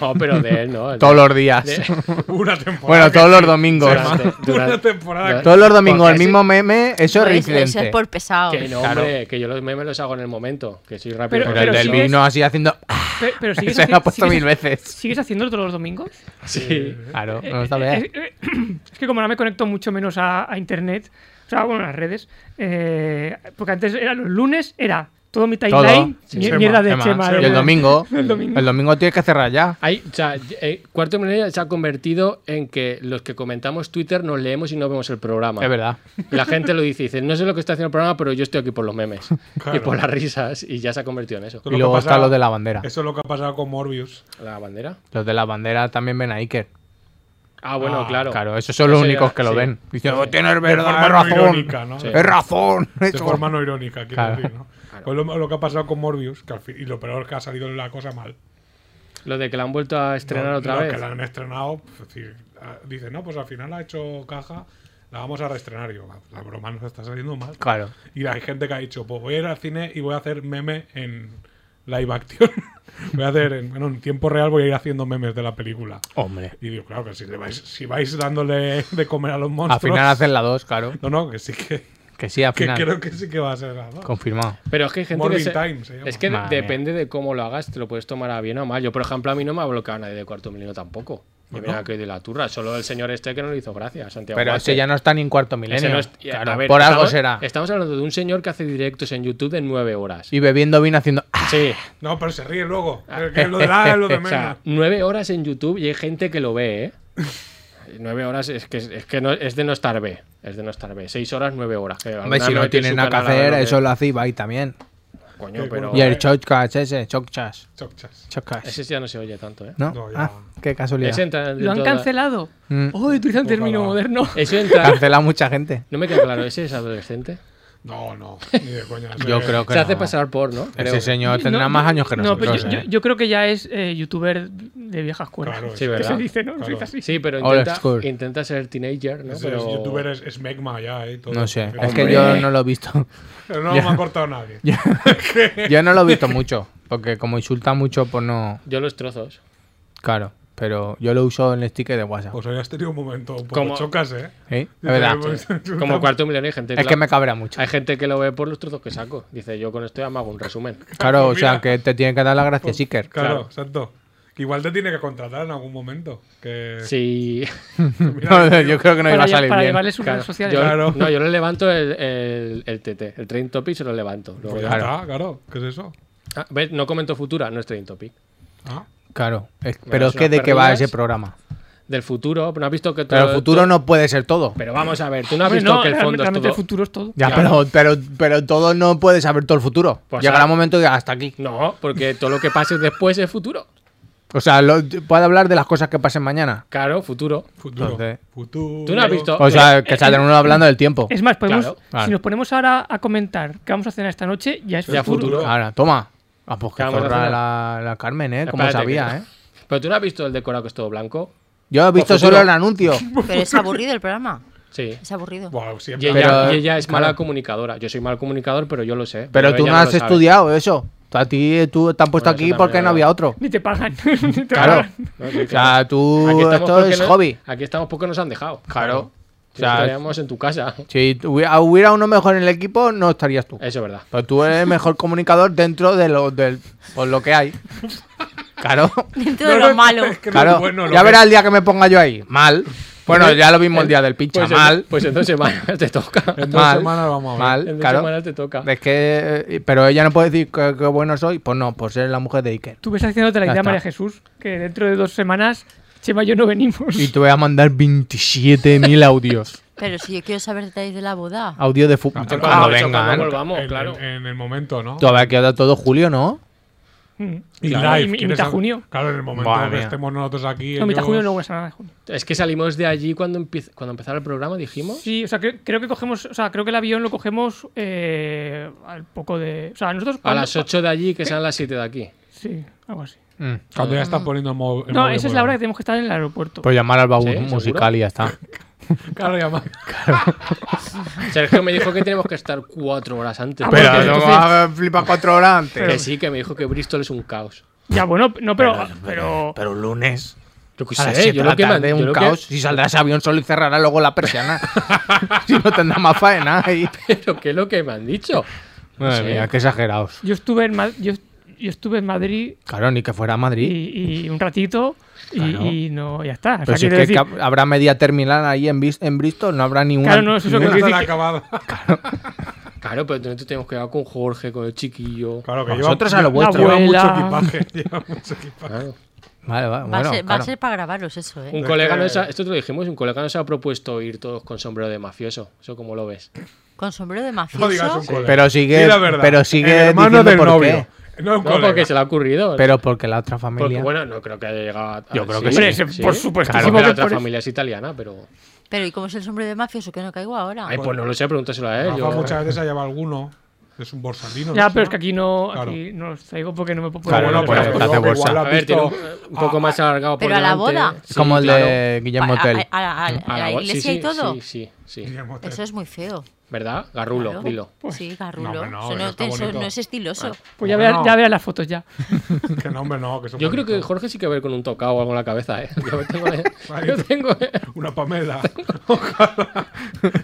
Speaker 2: No, pero de él, ¿no?
Speaker 3: Todos los días.
Speaker 2: De-
Speaker 5: Una temporada.
Speaker 3: Bueno,
Speaker 5: que-
Speaker 3: todos los domingos.
Speaker 2: durante- durante-
Speaker 5: temporada.
Speaker 3: Todos los domingos
Speaker 2: Porque
Speaker 3: el
Speaker 2: ese-
Speaker 3: mismo meme, eso es
Speaker 6: Pues, eso es
Speaker 3: reincidente.
Speaker 6: por pesado.
Speaker 2: Que no, hombre, que yo los memes los hago en el momento, que soy rápido.
Speaker 4: Pero-
Speaker 3: Pero
Speaker 2: con
Speaker 3: el
Speaker 2: el
Speaker 3: del
Speaker 2: tiempo.
Speaker 4: sigues-
Speaker 3: vino así haciendo. ah,
Speaker 4: Pe- Pero sigues,
Speaker 3: Se me ha
Speaker 4: haci-
Speaker 3: puesto
Speaker 4: sigues-
Speaker 3: mil veces.
Speaker 4: ¿Sigues haciéndolo todos los domingos?
Speaker 2: Sí.
Speaker 3: Claro,
Speaker 4: Eh,
Speaker 3: no está
Speaker 4: eh,
Speaker 3: bien.
Speaker 4: eh, Es que como ahora me conecto mucho menos a, a internet, o sea, bueno, a las redes, eh, porque antes era los lunes, era todo mi
Speaker 3: Todo.
Speaker 4: timeline,
Speaker 3: Sí,
Speaker 4: mi-
Speaker 3: Chema,
Speaker 4: mierda de
Speaker 3: Chema.
Speaker 4: Chema.
Speaker 3: Y el domingo.
Speaker 4: El domingo.
Speaker 3: El domingo tienes que cerrar ya.
Speaker 2: Hay, o sea, eh, cuarto milenio se ha convertido en que los que comentamos Twitter nos leemos y no vemos el programa.
Speaker 3: Es verdad.
Speaker 2: La gente lo dice, dice, no sé lo que está haciendo el programa, pero yo estoy aquí por los memes y
Speaker 5: Claro.
Speaker 2: por las risas y ya se ha convertido en eso.
Speaker 5: Tú
Speaker 3: Y
Speaker 5: lo que
Speaker 3: luego
Speaker 5: ha
Speaker 3: está
Speaker 5: pasado-
Speaker 3: lo de la bandera.
Speaker 5: Eso es lo que ha pasado con Morbius.
Speaker 2: La bandera.
Speaker 3: Los de la bandera también ven a Iker.
Speaker 2: Ah, bueno, claro.
Speaker 3: Claro, esos son los
Speaker 2: Eso ya-
Speaker 3: únicos que lo
Speaker 2: sí.
Speaker 3: ven. Dicen, "Oh, tienes verdad,
Speaker 5: forma
Speaker 3: es razón.
Speaker 5: irónica, ¿no? Sí.
Speaker 3: Es razón.
Speaker 5: De
Speaker 3: eso".
Speaker 5: forma no irónica, quiero
Speaker 3: Claro.
Speaker 5: decir, ¿no? Pues lo, lo que ha pasado con Morbius, que al fin- y lo peor que ha salido la cosa mal.
Speaker 2: Lo de que la han vuelto a estrenar
Speaker 5: No,
Speaker 2: otra
Speaker 5: los
Speaker 2: vez.
Speaker 5: que la han estrenado, pues, decir, ah, dice, no, pues al final ha hecho caja, la vamos a reestrenar. Y Yo, "Va, la broma nos está saliendo mal.
Speaker 3: Claro.
Speaker 5: Y hay gente que ha dicho, pues voy a ir al cine y voy a hacer meme en live action. voy a hacer, en, bueno, en tiempo real voy a ir haciendo memes de la película.
Speaker 3: Hombre.
Speaker 5: Y digo, claro, que si, le vais, si vais dándole de comer a los
Speaker 3: Al
Speaker 5: monstruos...
Speaker 3: final hacen la 2, claro.
Speaker 5: No, no, que sí que...
Speaker 3: Que sí, al
Speaker 5: Que
Speaker 3: final.
Speaker 5: creo que sí que va a ser la dos.
Speaker 3: Confirmado.
Speaker 2: Pero es que hay gente
Speaker 5: Morbid
Speaker 2: que se-
Speaker 5: Time se llama.
Speaker 2: Es que
Speaker 3: Madre
Speaker 2: depende de cómo lo hagas, te lo puedes tomar a bien o mal. Yo, por ejemplo, a mí no me ha bloqueado nadie de cuarto milenio tampoco. Y mira que de la turra, solo el señor este que no le hizo gracia, Santiago.
Speaker 3: Pero
Speaker 2: Guate.
Speaker 3: ese ya no está ni en cuarto
Speaker 2: Ese
Speaker 3: milenio.
Speaker 2: no es-
Speaker 3: Claro,
Speaker 2: a ver,
Speaker 3: por algo
Speaker 2: estamos-
Speaker 3: será.
Speaker 2: Estamos hablando de un señor que hace directos en YouTube de nueve horas.
Speaker 3: Y bebiendo vino haciendo. "Ah".
Speaker 2: Sí.
Speaker 5: No, pero se ríe luego. Que lo de la es lo de
Speaker 2: O
Speaker 5: menos.
Speaker 2: sea, nueve horas en YouTube y hay gente que lo ve, ¿eh? Nueve horas es que, es que no, es de no estar B. Es de no estar B. Seis horas, nueve horas. que
Speaker 3: Hombre,
Speaker 2: alguna
Speaker 3: si no
Speaker 2: noche
Speaker 3: tiene nada que
Speaker 2: supera la
Speaker 3: hacer,
Speaker 2: hora de-
Speaker 3: eso lo hace Ibai también.
Speaker 2: Coño,
Speaker 5: Sí,
Speaker 2: pero.
Speaker 5: bueno.
Speaker 3: Y el chocas ese, chocas.
Speaker 5: Chocchas.
Speaker 3: Chocas.
Speaker 2: Ese ya no se oye tanto, ¿eh?
Speaker 3: ¿No?
Speaker 5: No, ya.
Speaker 3: Ah, qué casualidad.
Speaker 2: Ese entra
Speaker 4: Lo han
Speaker 2: dentro de la-
Speaker 4: cancelado.
Speaker 3: Mm. Eh,
Speaker 4: Oh, utilizan término
Speaker 5: Ojalá.
Speaker 4: moderno.
Speaker 2: Ese entra.
Speaker 3: Cancela mucha gente.
Speaker 2: No me queda claro, ¿ese es adolescente?
Speaker 5: No, no, ni de coña.
Speaker 3: Yo creo que
Speaker 2: Se hace
Speaker 3: no.
Speaker 2: pasar por, ¿no? Creo.
Speaker 3: Ese señor tendrá
Speaker 4: No,
Speaker 3: más años que
Speaker 4: No, pero
Speaker 3: nosotros.
Speaker 4: yo,
Speaker 3: ¿eh?
Speaker 4: yo- yo creo que ya es eh, youtuber de vieja escuela.
Speaker 5: Claro,
Speaker 2: Sí,
Speaker 5: es-
Speaker 4: Que se
Speaker 2: ¿verdad?
Speaker 4: dice, ¿no? Se
Speaker 5: Claro.
Speaker 4: dice así.
Speaker 2: Sí, pero
Speaker 3: Old
Speaker 2: intenta,
Speaker 3: school.
Speaker 2: intenta ser teenager, ¿no?
Speaker 5: es-
Speaker 2: Pero...
Speaker 5: es youtuber es, es Megma ya, ¿eh? todo.
Speaker 3: No sé.
Speaker 5: Pero
Speaker 3: Es que
Speaker 2: Hombre.
Speaker 3: yo no lo he visto.
Speaker 5: pero no
Speaker 3: ya.
Speaker 5: me ha cortado nadie.
Speaker 3: Yo no lo he visto mucho. Porque como insulta mucho, pues no.
Speaker 2: Yo los trozos.
Speaker 3: Claro. Pero yo lo uso en el sticker de WhatsApp.
Speaker 5: Pues habías tenido un momento un poco
Speaker 2: Como-
Speaker 5: chocas, ¿eh? Pues,
Speaker 3: ¿Sí? Es verdad.
Speaker 2: Como cuarto milenio hay gente,
Speaker 3: Es
Speaker 2: la-
Speaker 3: que me cabrea mucho.
Speaker 2: hay gente que lo ve por los trozos que saco. Dice, yo con esto ya me hago un resumen.
Speaker 3: Claro, o sea,
Speaker 5: Mira.
Speaker 3: que te tiene que dar la
Speaker 2: Pues,
Speaker 3: gracia, sticker.
Speaker 5: Claro, exacto. Que igual te tiene que contratar en algún momento. Que...
Speaker 2: Sí.
Speaker 3: No, yo creo que no
Speaker 4: para
Speaker 3: iba a
Speaker 4: lle-
Speaker 3: salir
Speaker 4: para
Speaker 3: bien.
Speaker 4: llevarle sus
Speaker 2: claro.
Speaker 4: redes sociales.
Speaker 2: Yo-
Speaker 5: Claro.
Speaker 2: No, yo le levanto el, el, el TT, el Train Topic se lo levanto. Luego
Speaker 5: Pues
Speaker 2: ya-
Speaker 5: ya está, claro. ¿Qué es eso?
Speaker 2: Ah, ¿ves? No comento futura, no es Train Topic.
Speaker 5: Ah,
Speaker 3: Claro. es- pero es
Speaker 2: es
Speaker 3: que
Speaker 2: una
Speaker 3: de qué va
Speaker 2: perrillas.
Speaker 3: ese programa.
Speaker 2: Del futuro, no has visto que
Speaker 3: Pero
Speaker 2: todo-
Speaker 3: el futuro no puede ser todo.
Speaker 2: Pero vamos a ver, tú no has visto
Speaker 4: Bueno,
Speaker 2: que el
Speaker 4: realmente,
Speaker 2: fondo es
Speaker 4: realmente
Speaker 2: todo...
Speaker 4: el futuro es todo.
Speaker 3: Ya,
Speaker 2: Claro.
Speaker 3: pero, pero, pero todo no puede saber todo el futuro.
Speaker 2: Pues
Speaker 3: Llegará
Speaker 2: ahora-
Speaker 3: un momento que hasta aquí.
Speaker 2: No, porque todo lo que pase después es futuro.
Speaker 3: O sea, lo- puede hablar de las cosas que pasen mañana.
Speaker 2: Claro, futuro.
Speaker 5: futuro.
Speaker 3: Entonces-
Speaker 5: Futuro.
Speaker 2: Tú no eh, has visto.
Speaker 3: O sea, que saldrán uno hablando del tiempo.
Speaker 4: Es más, podemos,
Speaker 2: Claro.
Speaker 3: Claro.
Speaker 4: si nos ponemos ahora a comentar qué vamos a cenar esta noche, ya es
Speaker 2: Ya
Speaker 4: futuro.
Speaker 2: futuro.
Speaker 3: Ahora, toma. Ah, pues que
Speaker 2: Claro, vamos a
Speaker 3: zorra
Speaker 2: hacer-
Speaker 3: la, la Carmen, ¿eh? Como
Speaker 2: Espérate,
Speaker 3: sabía,
Speaker 2: que-
Speaker 3: ¿eh?
Speaker 2: Pero tú no has visto el decorado que es todo blanco.
Speaker 3: Yo he visto
Speaker 2: Pues
Speaker 3: solo
Speaker 2: futuro.
Speaker 3: el anuncio.
Speaker 6: Pero es aburrido el programa.
Speaker 2: Sí.
Speaker 6: Es aburrido.
Speaker 5: Bueno,
Speaker 2: Y
Speaker 5: siempre.
Speaker 2: ella,
Speaker 3: Pero-
Speaker 2: y ella es mala
Speaker 3: claro.
Speaker 2: comunicadora. Yo soy mal comunicador, pero yo lo sé.
Speaker 3: Pero tú
Speaker 2: ella
Speaker 3: no
Speaker 2: lo
Speaker 3: has
Speaker 2: sabe.
Speaker 3: estudiado eso. A ti tú te han puesto
Speaker 2: Bueno, eso
Speaker 3: aquí porque
Speaker 2: también
Speaker 3: no
Speaker 2: es
Speaker 3: había
Speaker 2: verdad.
Speaker 3: otro.
Speaker 4: Ni te pagan. ni te
Speaker 3: Claro.
Speaker 4: pagan.
Speaker 2: No, sí,
Speaker 3: O sea,
Speaker 2: claro. Aquí
Speaker 3: tú
Speaker 2: estamos
Speaker 3: esto
Speaker 2: porque
Speaker 3: es
Speaker 2: no-
Speaker 3: hobby.
Speaker 2: Aquí estamos porque nos han dejado.
Speaker 3: Claro. O
Speaker 2: Si
Speaker 3: sea,
Speaker 2: estaríamos en tu casa.
Speaker 3: si hubiera, hubiera uno mejor en el equipo, no estarías tú.
Speaker 2: Eso es verdad.
Speaker 3: Pero tú eres mejor comunicador dentro de lo, del, por lo que hay. Claro.
Speaker 6: Dentro de lo malo.
Speaker 5: Es que no es Eh,
Speaker 3: Claro,
Speaker 5: bueno lo
Speaker 3: ya
Speaker 5: que-
Speaker 3: verás el día que me ponga yo ahí. Mal. Bueno, ya lo vimos el día del pincha.
Speaker 2: Pues en-
Speaker 3: mal.
Speaker 2: pues en dos semanas te toca.
Speaker 5: En
Speaker 2: En
Speaker 5: dos
Speaker 3: mal.
Speaker 5: semanas vamos a ver.
Speaker 3: Mal,
Speaker 2: dos
Speaker 3: claro.
Speaker 2: semanas te toca.
Speaker 3: Es que. eh, Pero ella no puede decir que, que bueno soy. Pues no, por ser la mujer de Iker.
Speaker 4: Tú ves haciéndote la
Speaker 3: Ya
Speaker 4: idea,
Speaker 3: está.
Speaker 4: María Jesús, que dentro de dos semanas, Chema y yo no venimos.
Speaker 3: Y te voy a mandar 27.000 audios.
Speaker 6: Pero si yo quiero saber detalles de la boda.
Speaker 3: Audio de fútbol.
Speaker 2: Eso
Speaker 3: Cuando ¿eh?
Speaker 2: eso
Speaker 3: vengan.
Speaker 2: cuando volvamos,
Speaker 5: en,
Speaker 2: claro.
Speaker 5: en- en el momento, ¿no?
Speaker 3: Todavía queda todo julio, ¿no?
Speaker 4: Mm.
Speaker 5: Y
Speaker 4: Claro,
Speaker 5: live.
Speaker 4: y- y
Speaker 5: ¿quieres
Speaker 4: mitad
Speaker 5: algo?
Speaker 4: junio.
Speaker 5: Claro, en el momento
Speaker 3: Madre
Speaker 5: que
Speaker 3: mía.
Speaker 5: estemos nosotros aquí.
Speaker 4: No, mitad
Speaker 5: ellos-
Speaker 4: junio no hubo nada de junio.
Speaker 2: Es que salimos de allí cuando, empieza- cuando empezara el programa, dijimos.
Speaker 4: Sí, o sea, cre- creo que cogemos, o sea, creo que el avión lo cogemos eh, al poco de. O sea, nosotros.
Speaker 2: A
Speaker 4: cuando-
Speaker 2: las 8 de allí, que sean las 7 de aquí.
Speaker 4: Sí, algo así.
Speaker 3: Mm.
Speaker 5: Cuando ya están poniendo el móvil. el
Speaker 4: No,
Speaker 5: móvil
Speaker 4: esa es
Speaker 5: muy
Speaker 4: la hora que
Speaker 5: grande.
Speaker 4: tenemos que estar en el aeropuerto.
Speaker 3: Pues llamar al baúl
Speaker 2: ¿Sí? ¿Seguro?
Speaker 3: musical y ya está.
Speaker 5: Claro, ya más.
Speaker 2: Sergio me dijo que tenemos que estar cuatro horas antes.
Speaker 4: Ah,
Speaker 3: Pero
Speaker 4: porque
Speaker 3: no
Speaker 4: entonces-
Speaker 3: vas a flipar cuatro horas antes.
Speaker 2: Que sí, que me dijo que Bristol es un caos.
Speaker 4: Ya, bueno, no, pero. pero,
Speaker 3: Pero un lunes. pues,
Speaker 2: Yo qué
Speaker 3: A las
Speaker 2: sé,
Speaker 3: 7
Speaker 2: yo
Speaker 3: de
Speaker 2: lo
Speaker 3: la
Speaker 2: que man-
Speaker 3: tarde,
Speaker 2: yo
Speaker 3: un
Speaker 2: lo que-
Speaker 3: caos. Si saldrá ese avión solo y cerrará luego la persiana. si no tendrá más faena ahí.
Speaker 2: Pero qué es lo que me han dicho.
Speaker 3: Madre
Speaker 2: Sí.
Speaker 3: mía, qué exagerados.
Speaker 4: Yo estuve en, Ma- yo, yo estuve en Madrid
Speaker 3: Claro, ni que fuera a Madrid.
Speaker 4: y, y un ratito y,
Speaker 3: Claro.
Speaker 4: y no, ya está. O sea,
Speaker 3: Pero si es
Speaker 4: quiero
Speaker 3: que
Speaker 4: decir-
Speaker 3: cab- habrá media terminal ahí en, Bis- en Bristol, no habrá ni una.
Speaker 4: Claro, no, eso es lo
Speaker 3: ni
Speaker 4: que
Speaker 3: una.
Speaker 4: quiero
Speaker 5: Hasta
Speaker 4: decir
Speaker 5: la
Speaker 4: que-
Speaker 5: acabada.
Speaker 2: Claro, pero entonces tenemos que ir con Jorge, con el chiquillo.
Speaker 5: Claro que lleva,
Speaker 3: Vosotros a lo
Speaker 5: lleva
Speaker 3: vuestro.
Speaker 4: abuela-
Speaker 5: mucho
Speaker 4: Vuela.
Speaker 5: equipaje. Lleva mucho equipaje.
Speaker 2: Claro.
Speaker 3: Vale, vale,
Speaker 6: Va,
Speaker 3: bueno,
Speaker 6: a ser, va a
Speaker 3: claro.
Speaker 6: ser para grabarlos eso, ¿eh?
Speaker 2: Un colega
Speaker 5: que-
Speaker 2: nos ha- esto te lo dijimos, un colega nos ha propuesto ir todos con sombrero de mafioso. Eso como lo ves.
Speaker 6: Con sombrero de
Speaker 5: No digas
Speaker 6: mafioso.
Speaker 5: un colega.
Speaker 3: Pero
Speaker 5: Di
Speaker 3: sigue,
Speaker 5: la verdad.
Speaker 3: pero sigue
Speaker 5: El hermano
Speaker 3: diciendo
Speaker 5: del
Speaker 3: por
Speaker 5: novio.
Speaker 3: qué.
Speaker 5: No, un
Speaker 2: No,
Speaker 5: colega.
Speaker 2: porque se le ha ocurrido.
Speaker 3: Pero porque la otra familia.
Speaker 2: Porque, bueno, no creo que haya llegado a...
Speaker 3: Yo
Speaker 2: a-
Speaker 3: creo
Speaker 2: sí,
Speaker 3: que sí. Hombre,
Speaker 4: ese- por supuestísimo
Speaker 2: Claro, que la
Speaker 4: que
Speaker 2: otra
Speaker 4: por eso.
Speaker 2: familia es italiana, pero...
Speaker 6: Pero ¿y cómo es el sombrero de mafioso? Que no caigo ahora.
Speaker 2: Ay, pues no lo sé, pregúntaselo a él.
Speaker 5: Rafa
Speaker 2: yo- eh.
Speaker 5: muchas veces ha llevado alguno. Es un borsalino.
Speaker 4: Ya,
Speaker 5: ¿no?
Speaker 4: pero es que aquí no,
Speaker 5: Claro.
Speaker 4: aquí no los traigo porque no me puedo
Speaker 3: Claro,
Speaker 5: bueno,
Speaker 3: no, pues,
Speaker 5: pero
Speaker 3: hace
Speaker 5: igual
Speaker 3: bolsa.
Speaker 5: lo
Speaker 2: A
Speaker 5: has
Speaker 2: ver, tiene un,
Speaker 5: visto-
Speaker 2: un poco
Speaker 5: Ah,
Speaker 2: más alargado por
Speaker 6: pero a la
Speaker 2: delante.
Speaker 6: boda.
Speaker 2: Sí,
Speaker 3: como el
Speaker 2: claro.
Speaker 3: de Guillermo
Speaker 6: Pa- a-
Speaker 3: Tell.
Speaker 6: a, a- a- a
Speaker 2: A
Speaker 6: la
Speaker 2: bo-
Speaker 6: iglesia
Speaker 2: sí,
Speaker 6: y
Speaker 2: sí,
Speaker 6: todo.
Speaker 2: Sí, sí, sí.
Speaker 5: Guillermo Tell.
Speaker 6: Eso es muy feo.
Speaker 2: ¿Verdad? Garrulo,
Speaker 6: Claro. Pues
Speaker 2: dilo.
Speaker 6: sí, garrulo.
Speaker 5: no, no,
Speaker 6: eso, no,
Speaker 5: no está
Speaker 6: eso
Speaker 5: bonito.
Speaker 6: no es estiloso.
Speaker 4: Pues
Speaker 5: Bueno,
Speaker 4: ya verás,
Speaker 5: no.
Speaker 4: ya verás las fotos ya.
Speaker 5: Que no, hombre, no. Que son
Speaker 2: Yo creo que
Speaker 5: bonitos.
Speaker 2: Jorge sí que va a ir con un tocado o algo en la cabeza, ¿eh? Yo tengo... yo
Speaker 5: Vale.
Speaker 2: tengo eh,
Speaker 5: Una Pamela. Ojalá.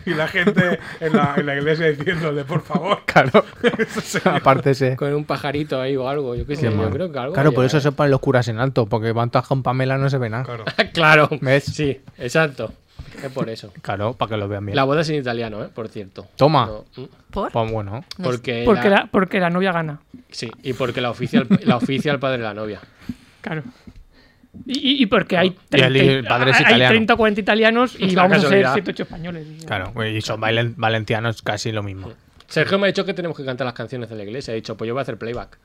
Speaker 5: y la gente en la, en la iglesia diciéndole, por favor.
Speaker 3: Claro,
Speaker 5: Eso se-
Speaker 3: aparte ese.
Speaker 2: con un pajarito ahí o algo, yo qué sé, yo creo que algo...
Speaker 3: Claro, por
Speaker 2: llevará.
Speaker 3: eso se ponen los curas en alto, porque van todas con Pamela no se ve nada.
Speaker 5: Claro.
Speaker 2: claro.
Speaker 3: ¿Ves?
Speaker 2: Sí, exacto. Es por eso.
Speaker 3: Claro, para que lo vean bien.
Speaker 2: La boda es en italiano, ¿eh? Por cierto.
Speaker 3: Toma.
Speaker 2: No, mm,
Speaker 6: ¿Por?
Speaker 3: Pues bueno.
Speaker 6: No es-
Speaker 2: porque,
Speaker 4: Porque
Speaker 2: la-
Speaker 4: la, porque la novia gana.
Speaker 2: Sí, y porque la oficial la oficia al padre de la novia.
Speaker 4: Claro. Y, y- y porque hay
Speaker 3: Y el-
Speaker 4: 30,
Speaker 3: el padre es
Speaker 4: hay
Speaker 3: italiano.
Speaker 4: 30 o 40 italianos y
Speaker 2: La
Speaker 4: vamos a ser
Speaker 2: casualidad.
Speaker 4: 7 8 españoles. o sea.
Speaker 3: Claro, y son valen- valencianos casi lo mismo.
Speaker 2: Sergio me ha dicho que tenemos que cantar las canciones de la iglesia. He dicho, pues yo voy a hacer playback.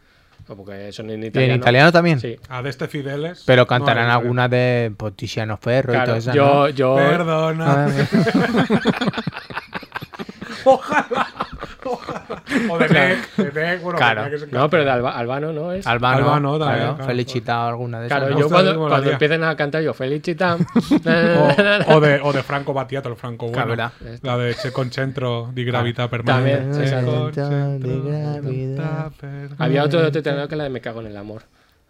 Speaker 2: No, Porque son en
Speaker 3: ¿Y en
Speaker 2: italiano.
Speaker 3: italiano también?
Speaker 2: Sí.
Speaker 5: A de este Fideles.
Speaker 3: Pero cantarán
Speaker 5: no,
Speaker 3: alguna de pues, Tiziano Ferro y
Speaker 2: Claro,
Speaker 3: todo eso.
Speaker 2: yo, yo,
Speaker 3: Ah,
Speaker 5: Perdona. O de Beck. De Beck, bueno,
Speaker 3: Claro.
Speaker 5: que- que se-
Speaker 2: no, pero de Alba- Albano no es.
Speaker 3: Albano,
Speaker 5: Albano también,
Speaker 3: claro,
Speaker 5: claro.
Speaker 3: Felicitao, alguna de
Speaker 2: Claro,
Speaker 3: esas. ¿no?
Speaker 2: yo
Speaker 5: Usted
Speaker 2: cuando,
Speaker 5: mismo la
Speaker 2: cuando
Speaker 5: lía.
Speaker 2: empiecen a cantar yo Felicitam.
Speaker 5: O, o de, o de Franco Battiato, el Franco bueno.
Speaker 3: Cabra.
Speaker 5: La de Se concentro di gravità
Speaker 2: También,
Speaker 5: permanente.
Speaker 2: sí,
Speaker 5: Se
Speaker 2: sí.
Speaker 5: concentro
Speaker 3: Di gravità
Speaker 5: per-
Speaker 2: Había otro de Tetano que era la de Me cago en el amor.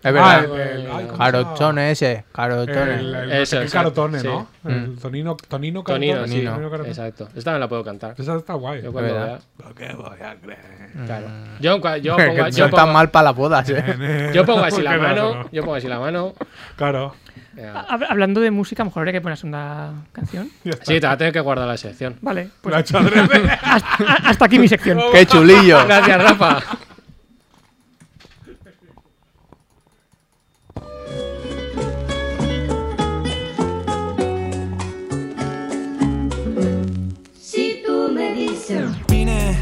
Speaker 3: Es
Speaker 5: Ah,
Speaker 3: verdad.
Speaker 5: el- el- ay, ¿cómo se llama?
Speaker 3: Carotone ese,
Speaker 5: El,
Speaker 3: Carotone.
Speaker 5: el, el-
Speaker 2: Eso,
Speaker 5: el
Speaker 2: exacto,
Speaker 5: carotone,
Speaker 2: sí.
Speaker 5: ¿no? El tonino, tonino carotone.
Speaker 2: Tonino, sí.
Speaker 5: Tonino carotone.
Speaker 2: Exacto. Esta me la puedo cantar.
Speaker 5: Esa está guay.
Speaker 2: Yo cuando
Speaker 3: verdad. Mm.
Speaker 2: vea- Claro. Yo, cua- yo
Speaker 3: Que
Speaker 2: pongo, yo
Speaker 3: son tan
Speaker 2: pongo-
Speaker 3: mal para las bodas, eh.
Speaker 2: yo pongo así la
Speaker 5: Qué brazo,
Speaker 2: mano.
Speaker 5: ¿no?
Speaker 2: Yo pongo así la mano.
Speaker 5: Claro.
Speaker 2: Ya.
Speaker 4: Hab- Hablando de música, a lo mejor habría que poner una canción.
Speaker 2: Sí, te va a tener que guardar la sección.
Speaker 4: Vale, pues
Speaker 5: La chadrez.
Speaker 4: hasta, a- hasta aquí mi sección.
Speaker 3: ¡Qué chulillo!
Speaker 2: Gracias, Rafa.
Speaker 9: Vine,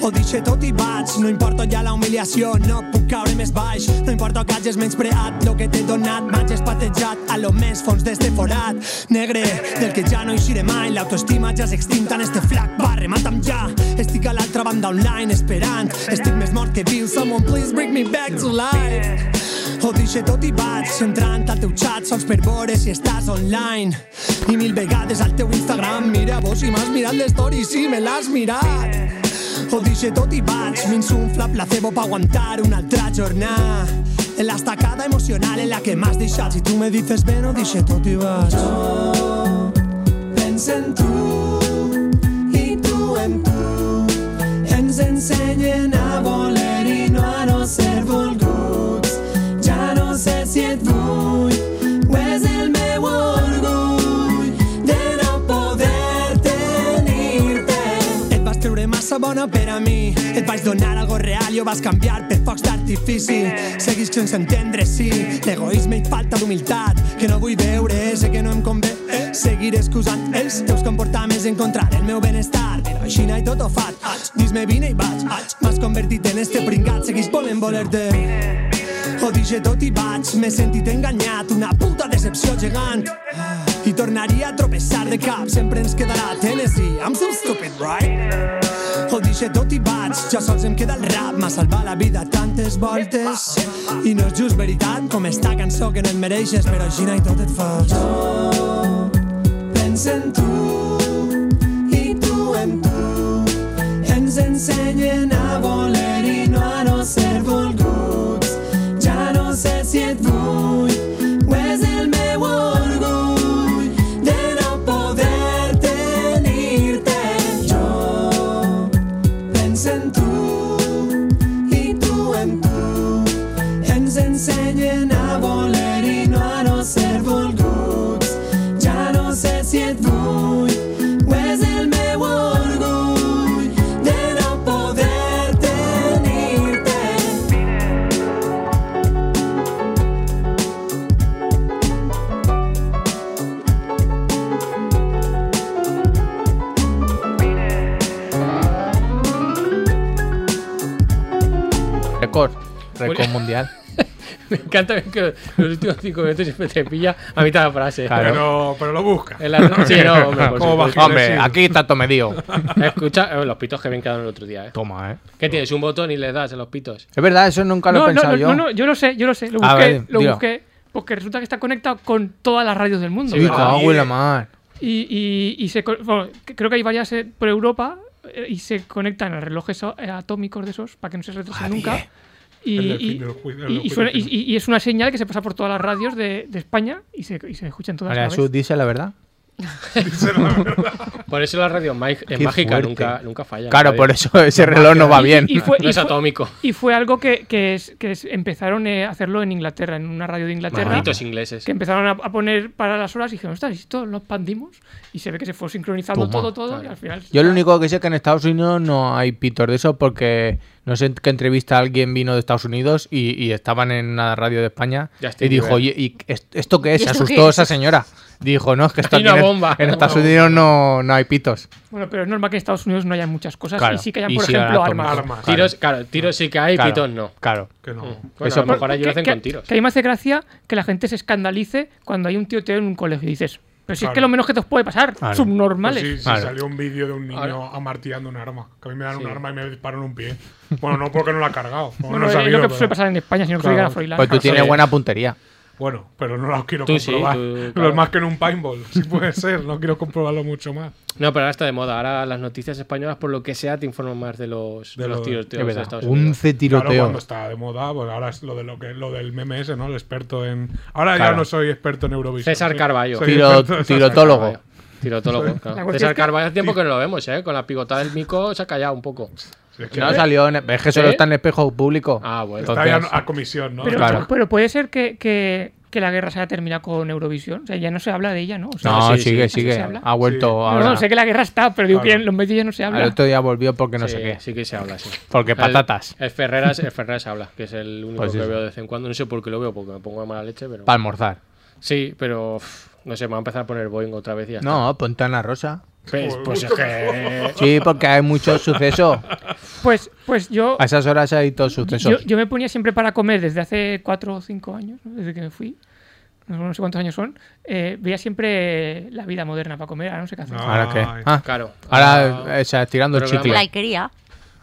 Speaker 9: ho dit ser tot i vaig No importa ja la humiliació, no puc caure més baix No importa que hagis menyspreat Lo que t'he donat, m'hagis patejat A lo més fons d'este forat Negre, del que ja no eixiré mai L'autoestima ja és extinta en este flac Va, remata'm ja, estic a l'altra banda online Esperant, estic més mort que viu Someone please bring me back to life Ho deixe tot i vaig entrant al teu xat sols per veure si estàs online i mil vegades al teu Instagram mira vos si m'has mirat l'story si me l'has mirat ho deixe tot i vaig m'insufla placebo pa aguantar una altra jornada en la estacada emocional en la que m'has deixat si tu me dices bé no deixe tot i vaig jo penso en tu i tu en tu ens ensenyen a voler i no a no ser volguts. Ja no sé si et vull o és el meu orgull de no poder tenir-te. Et vas treure massa bona per a mi, et vaig donar algo real i ho vas canviar per focs d'artifici. Seguis sense entendre, sí, l'egoisme i falta d'humilitat, que no vull veure, sé que no em convé. eh. Seguir excusant els teus comportaments en contra del meu benestar, però així i tot ho faig. Ach, Dis-me vine i vaig, ach, m'has convertit en este pringat, seguis volent voler-te. Ho deixe tot i vaig, m'he sentit enganyat, una puta decepció gegant. I tornaria a tropeçar de cap, sempre ens quedarà Tennessee, I'm so stupid, right? Ho deixo tot i vaig, ja sols em queda el rap M'ha salvat la vida tantes voltes I no és just veritat com esta cançó que no et mereixes Però Gina i tot et fas Jo penso en tu i tu en tu ens ensenyen a voler i no a no ser volguts. Ja no sé si et vull o és el meu orgull de no poder tenir-te. Jo penso en tu i tu en tu. Ens ensenyen a voler i no a no ser volguts. Ja no sé si et vull o és el meu orgull de no poder tenir-te.
Speaker 3: Récord. Récord mundial.
Speaker 2: Me encanta que los, los últimos cinco minutos siempre te pilla a mitad de frase.
Speaker 3: Claro.
Speaker 5: Pero, pero lo busca.
Speaker 2: En la- Sí, no, hombre, por
Speaker 5: ¿Cómo
Speaker 2: supuesto.
Speaker 3: Hombre, aquí está todo medido.
Speaker 2: Escucha eh, los pitos que bien quedaron el otro día, ¿eh?
Speaker 3: Toma, eh.
Speaker 2: ¿Qué tienes? Un botón y le das a los pitos.
Speaker 3: Es verdad, eso nunca lo
Speaker 4: no,
Speaker 3: he pensado
Speaker 4: no,
Speaker 3: yo.
Speaker 4: no, no, yo lo sé, yo lo sé. Lo busqué,
Speaker 3: Ah, vale,
Speaker 4: lo
Speaker 3: dilo.
Speaker 4: busqué. Porque resulta que está conectado con todas las radios del mundo.
Speaker 3: Sí,
Speaker 4: ¿verdad?
Speaker 3: cago en la mar.
Speaker 4: Y, y- y se, co- bueno, que- creo que hay varias eh, por Europa eh, y se conectan a relojes a- eh, atómicos de esos para que no se retrasen nunca. Y,
Speaker 5: El del
Speaker 4: y-
Speaker 5: fin del ju- del
Speaker 4: y- y suena- y-
Speaker 5: juicio.
Speaker 4: y- y es una señal que se pasa por todas las radios de, de España y se, y se escuchan todas
Speaker 3: María
Speaker 4: las
Speaker 3: Jesús
Speaker 4: vez.
Speaker 3: dice la verdad.
Speaker 2: Por eso la radio ma- es
Speaker 3: Qué
Speaker 2: mágica,
Speaker 3: fuerte.
Speaker 2: nunca, nunca falla.
Speaker 3: Claro,
Speaker 2: Nadie-
Speaker 3: por eso ese reloj no va bien.
Speaker 4: Y fue,
Speaker 2: No
Speaker 4: y
Speaker 2: es
Speaker 4: fue-
Speaker 2: atómico.
Speaker 4: y fue algo que, que es- que es- empezaron eh, a hacerlo en Inglaterra, en una radio de Inglaterra.
Speaker 2: Malditos ingleses.
Speaker 4: que empezaron a, a poner para las horas y dijeron, ostras, ¿y esto lo expandimos? Y se ve que se fue sincronizando
Speaker 3: Toma.
Speaker 4: todo, todo, y al final...
Speaker 3: Yo lo único que sé es que en Estados Unidos no hay pitos de eso porque no sé en qué entrevista alguien vino de Estados Unidos y, y estaban en una radio de España
Speaker 2: Justin
Speaker 3: y dijo, oye,
Speaker 2: Bieber.
Speaker 3: ¿y est- esto qué es?
Speaker 6: ¿Y
Speaker 3: Se
Speaker 6: esto
Speaker 3: asustó
Speaker 6: qué es?
Speaker 3: esa señora. Dijo, no, es que esto
Speaker 2: Hay
Speaker 3: aquí
Speaker 2: una
Speaker 3: en-
Speaker 2: bomba.
Speaker 3: en Estados
Speaker 2: Una bomba.
Speaker 3: Unidos no, no hay pitos.
Speaker 4: Bueno, pero es normal que en Estados Unidos no haya muchas cosas
Speaker 3: Claro,
Speaker 4: y Ah, sí que hayan,
Speaker 3: y
Speaker 4: por
Speaker 3: sí
Speaker 4: ejemplo,
Speaker 3: habrá tomas.
Speaker 4: armas.
Speaker 5: Armas.
Speaker 2: Tiros, claro, tiros sí que hay,
Speaker 3: Claro,
Speaker 2: pitos no.
Speaker 3: Claro.
Speaker 5: Que no.
Speaker 2: Bueno,
Speaker 3: Eso-
Speaker 2: a lo mejor ellos lo hacen
Speaker 4: que,
Speaker 2: con tiros.
Speaker 4: que a mí me hace gracia que la gente se escandalice cuando hay un tiroteo en un colegio y dices, pero si es que
Speaker 5: Claro.
Speaker 4: lo menos que te os puede pasar,
Speaker 3: Claro.
Speaker 4: subnormales.
Speaker 5: Pues Sí, sí,
Speaker 3: Vale.
Speaker 5: salió un vídeo de un niño amartillando un arma. Que a mí me dan un arma y me dispararon un pie. Bueno, no porque no la ha cargado. o
Speaker 4: Bueno,
Speaker 5: no he
Speaker 4: es
Speaker 5: sabido,
Speaker 4: lo que
Speaker 5: pero-
Speaker 4: suele pasar en España, si no que
Speaker 5: Claro.
Speaker 4: digan a Froilán.
Speaker 3: Pues tú tienes
Speaker 2: sí.
Speaker 3: buena puntería.
Speaker 5: Bueno, pero no los quiero
Speaker 2: Tú sí,
Speaker 5: comprobar.
Speaker 2: tú,
Speaker 5: Lo
Speaker 2: claro.
Speaker 5: más que en un paintball, si puede ser. No quiero comprobarlo mucho más.
Speaker 2: No, pero ahora está de moda. Ahora las noticias españolas, por lo que sea, te informan más de los,
Speaker 5: De
Speaker 2: de los
Speaker 5: lo-
Speaker 2: tiros
Speaker 3: Es
Speaker 2: de
Speaker 3: verdad.
Speaker 2: Estados Unidos.
Speaker 3: 11
Speaker 5: Claro,
Speaker 3: tiroteos.
Speaker 5: cuando está de moda, pues ahora es lo de lo que lo del meme ese, ¿no? El experto en. Ahora
Speaker 3: Claro.
Speaker 5: ya no soy experto en Eurovisión.
Speaker 2: César
Speaker 5: soy-
Speaker 2: Carballo.
Speaker 5: soy
Speaker 3: Tiro-
Speaker 5: experto en César
Speaker 3: tirotólogo.
Speaker 5: Carballo.
Speaker 2: Tirotólogo,
Speaker 4: La
Speaker 2: claro.
Speaker 4: cuestión
Speaker 2: César
Speaker 4: es que-
Speaker 2: Carballo hace tiempo que no lo vemos, ¿eh? Con la picotada del mico se ha callado un poco.
Speaker 5: Sí, es que
Speaker 3: No salió, en, es que solo
Speaker 2: ¿Eh?
Speaker 3: está en espejo público.
Speaker 2: Ah, bueno.
Speaker 5: está ya
Speaker 3: entonces-
Speaker 5: a comisión, ¿no?
Speaker 4: pero,
Speaker 3: Claro.
Speaker 4: pero puede ser que, que- que la guerra se haya terminado con Eurovisión. O sea, ya no se habla de ella, ¿no? O sea,
Speaker 3: No,
Speaker 2: sí, sí,
Speaker 3: sigue,
Speaker 4: sí, se
Speaker 3: sigue.
Speaker 4: habla.
Speaker 3: Ha vuelto
Speaker 5: Sí.
Speaker 4: no,
Speaker 3: ahora.
Speaker 4: no, sé que la guerra está, pero digo que
Speaker 5: Claro.
Speaker 4: en los medios ya no se
Speaker 3: Al
Speaker 4: habla.
Speaker 3: otro día volvió porque no
Speaker 2: sí,
Speaker 3: sé qué.
Speaker 2: sí que se habla, sí.
Speaker 3: Porque
Speaker 2: El-
Speaker 3: patatas.
Speaker 2: El, Ferreras, el Ferreras habla, que es el único
Speaker 3: Pues
Speaker 2: que
Speaker 3: eso.
Speaker 2: veo de vez en cuando. No sé por qué lo veo, porque me pongo de mala leche, pero.
Speaker 3: Para almorzar.
Speaker 2: Sí, pero. uf, no sé, me va a empezar a poner Boeing otra vez y ya está.
Speaker 3: No, ponte a Ana Rosa.
Speaker 2: Pues, pues es que.
Speaker 3: Sí, porque hay muchos sucesos.
Speaker 4: Pues, pues yo...
Speaker 5: Ah,
Speaker 3: A esas horas hay todos sucesos.
Speaker 4: Yo, yo me ponía siempre para comer desde hace cuatro o cinco años, ¿no? desde que me fui. No, no sé cuántos años son. eh, veía siempre la vida moderna para comer, ahora no sé qué hacer.
Speaker 5: No.
Speaker 3: ¿Ahora qué?
Speaker 5: Ay.
Speaker 3: Ah,
Speaker 2: Claro.
Speaker 3: Ahora eh,
Speaker 2: Ah,
Speaker 3: estás tirando el
Speaker 2: Programa.
Speaker 3: chicle.
Speaker 6: La quería.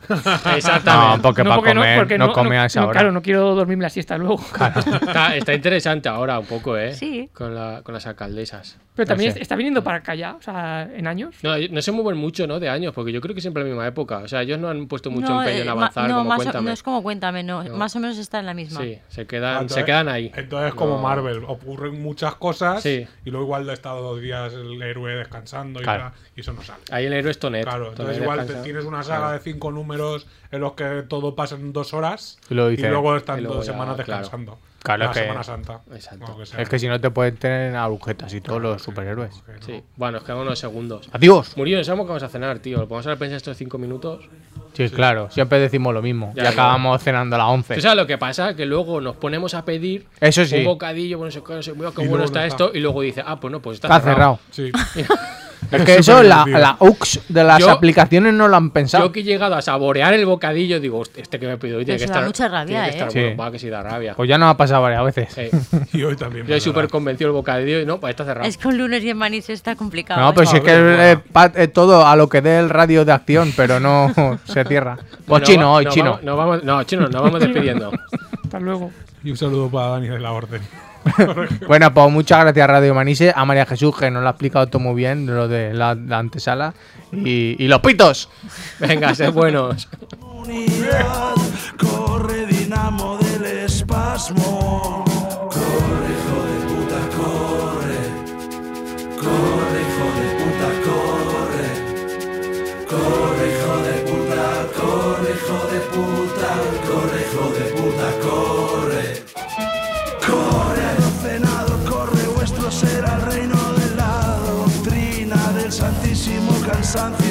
Speaker 2: Ah, Exactamente.
Speaker 3: No, porque
Speaker 4: No,
Speaker 3: para
Speaker 4: porque no,
Speaker 3: comer
Speaker 4: porque
Speaker 3: no, come a esa hora.
Speaker 4: Claro, no quiero dormirme la siesta luego.
Speaker 2: Está, está interesante ahora un poco, ¿eh?
Speaker 6: Sí.
Speaker 2: Con, la- con las alcaldesas.
Speaker 4: Pero también
Speaker 3: sé.
Speaker 4: es- está viniendo para acá ya, o sea, en años.
Speaker 2: No, no se mueven mucho, ¿no? De años, porque yo creo que siempre la misma época. O sea, ellos no han puesto mucho empeño en
Speaker 6: eh, ma-
Speaker 2: avanzar,
Speaker 6: no,
Speaker 2: como
Speaker 6: más o-
Speaker 2: cuéntame.
Speaker 6: no es como cuéntame, no. Más o menos está en la misma.
Speaker 2: Sí, se quedan,
Speaker 5: Ah,
Speaker 2: se quedan ahí.
Speaker 5: Entonces, como
Speaker 2: No.
Speaker 5: Marvel, ocurren muchas cosas
Speaker 2: Sí.
Speaker 5: y luego igual ha estado dos días el héroe descansando y,
Speaker 3: Claro.
Speaker 5: nada, y eso no sale.
Speaker 2: Ahí el héroe es Tonet.
Speaker 5: Claro, entonces
Speaker 2: Tonet
Speaker 5: igual te
Speaker 2: descansa.
Speaker 5: tienes una saga
Speaker 2: Claro.
Speaker 5: de cinco números en los que todo pasa en dos horas
Speaker 3: Y luego dice-
Speaker 5: luego están
Speaker 2: y luego
Speaker 5: dos
Speaker 2: ya,
Speaker 5: semanas
Speaker 2: claro.
Speaker 5: descansando.
Speaker 3: Claro, es
Speaker 5: la
Speaker 3: que-
Speaker 5: Semana Santa.
Speaker 2: Exacto.
Speaker 5: o lo que sea.
Speaker 3: Es que si no te pueden tener agujetas y todos los superhéroes.
Speaker 5: Que no.
Speaker 2: Sí. Bueno, nos quedan unos segundos.
Speaker 3: Adiós.
Speaker 2: Murillo, no sabemos que vamos a cenar, tío. Lo podemos haber pensado estos cinco minutos.
Speaker 3: Sí, claro. Siempre decimos lo mismo.
Speaker 2: Ya,
Speaker 3: y
Speaker 2: ya.
Speaker 3: acabamos cenando a las 11.
Speaker 2: ¿Tú sabes lo que pasa? Que luego nos ponemos a pedir
Speaker 3: Eso sí.
Speaker 2: un bocadillo, bueno, no sé qué, no sé qué, qué
Speaker 5: Y
Speaker 2: bueno
Speaker 5: luego
Speaker 2: está
Speaker 5: no
Speaker 2: esto,
Speaker 5: está.
Speaker 2: y luego dice, ah, pues no, pues está,
Speaker 3: Está cerrado.
Speaker 5: Sí.
Speaker 3: Es que eso, la,
Speaker 5: divertido.
Speaker 3: la UX de las
Speaker 2: Yo-
Speaker 3: aplicaciones no lo han pensado.
Speaker 2: Yo que he llegado a saborear el bocadillo, digo, "Hostia, este que me he pedido hoy tiene que
Speaker 6: Pero eso da
Speaker 2: estar.
Speaker 6: mucha rabia,
Speaker 2: tiene que
Speaker 6: ¿eh?
Speaker 2: estar
Speaker 3: Sí.
Speaker 2: bueno, va, que sí da rabia.
Speaker 3: Pues ya nos ha pasado varias veces.
Speaker 2: Eh,
Speaker 5: Y hoy también.
Speaker 2: yo he
Speaker 5: es verdad.
Speaker 2: súper convencido el bocadillo y no, pues está cerrado.
Speaker 6: Es que un lunes y en manis está complicado.
Speaker 3: No,
Speaker 6: ¿eh?
Speaker 3: pero si es que es todo a lo que dé el radio de acción, pero no se cierra. Pues
Speaker 2: No,
Speaker 3: chino,
Speaker 2: va-
Speaker 3: hoy
Speaker 2: no,
Speaker 3: chino.
Speaker 2: vamos- no, vamos, no, chino, nos vamos despidiendo.
Speaker 4: Hasta luego.
Speaker 5: Y un saludo para Dani de la Orden.
Speaker 3: Bueno, pues muchas gracias Radio Manise, a María Jesús que nos lo ha explicado todo muy bien, lo de la, la antesala. Y, y los pitos.
Speaker 2: Venga, sed buenos.
Speaker 9: Unidad, corre dinamo del espasmo. Corre hijo de puta, corre. Corre hijo de puta, corre. Corre hijo de puta, corre hijo de puta, corre hijo de puta, corre. Corre adocenado, corre vuestro ser al reino de la doctrina del santísimo cansancio.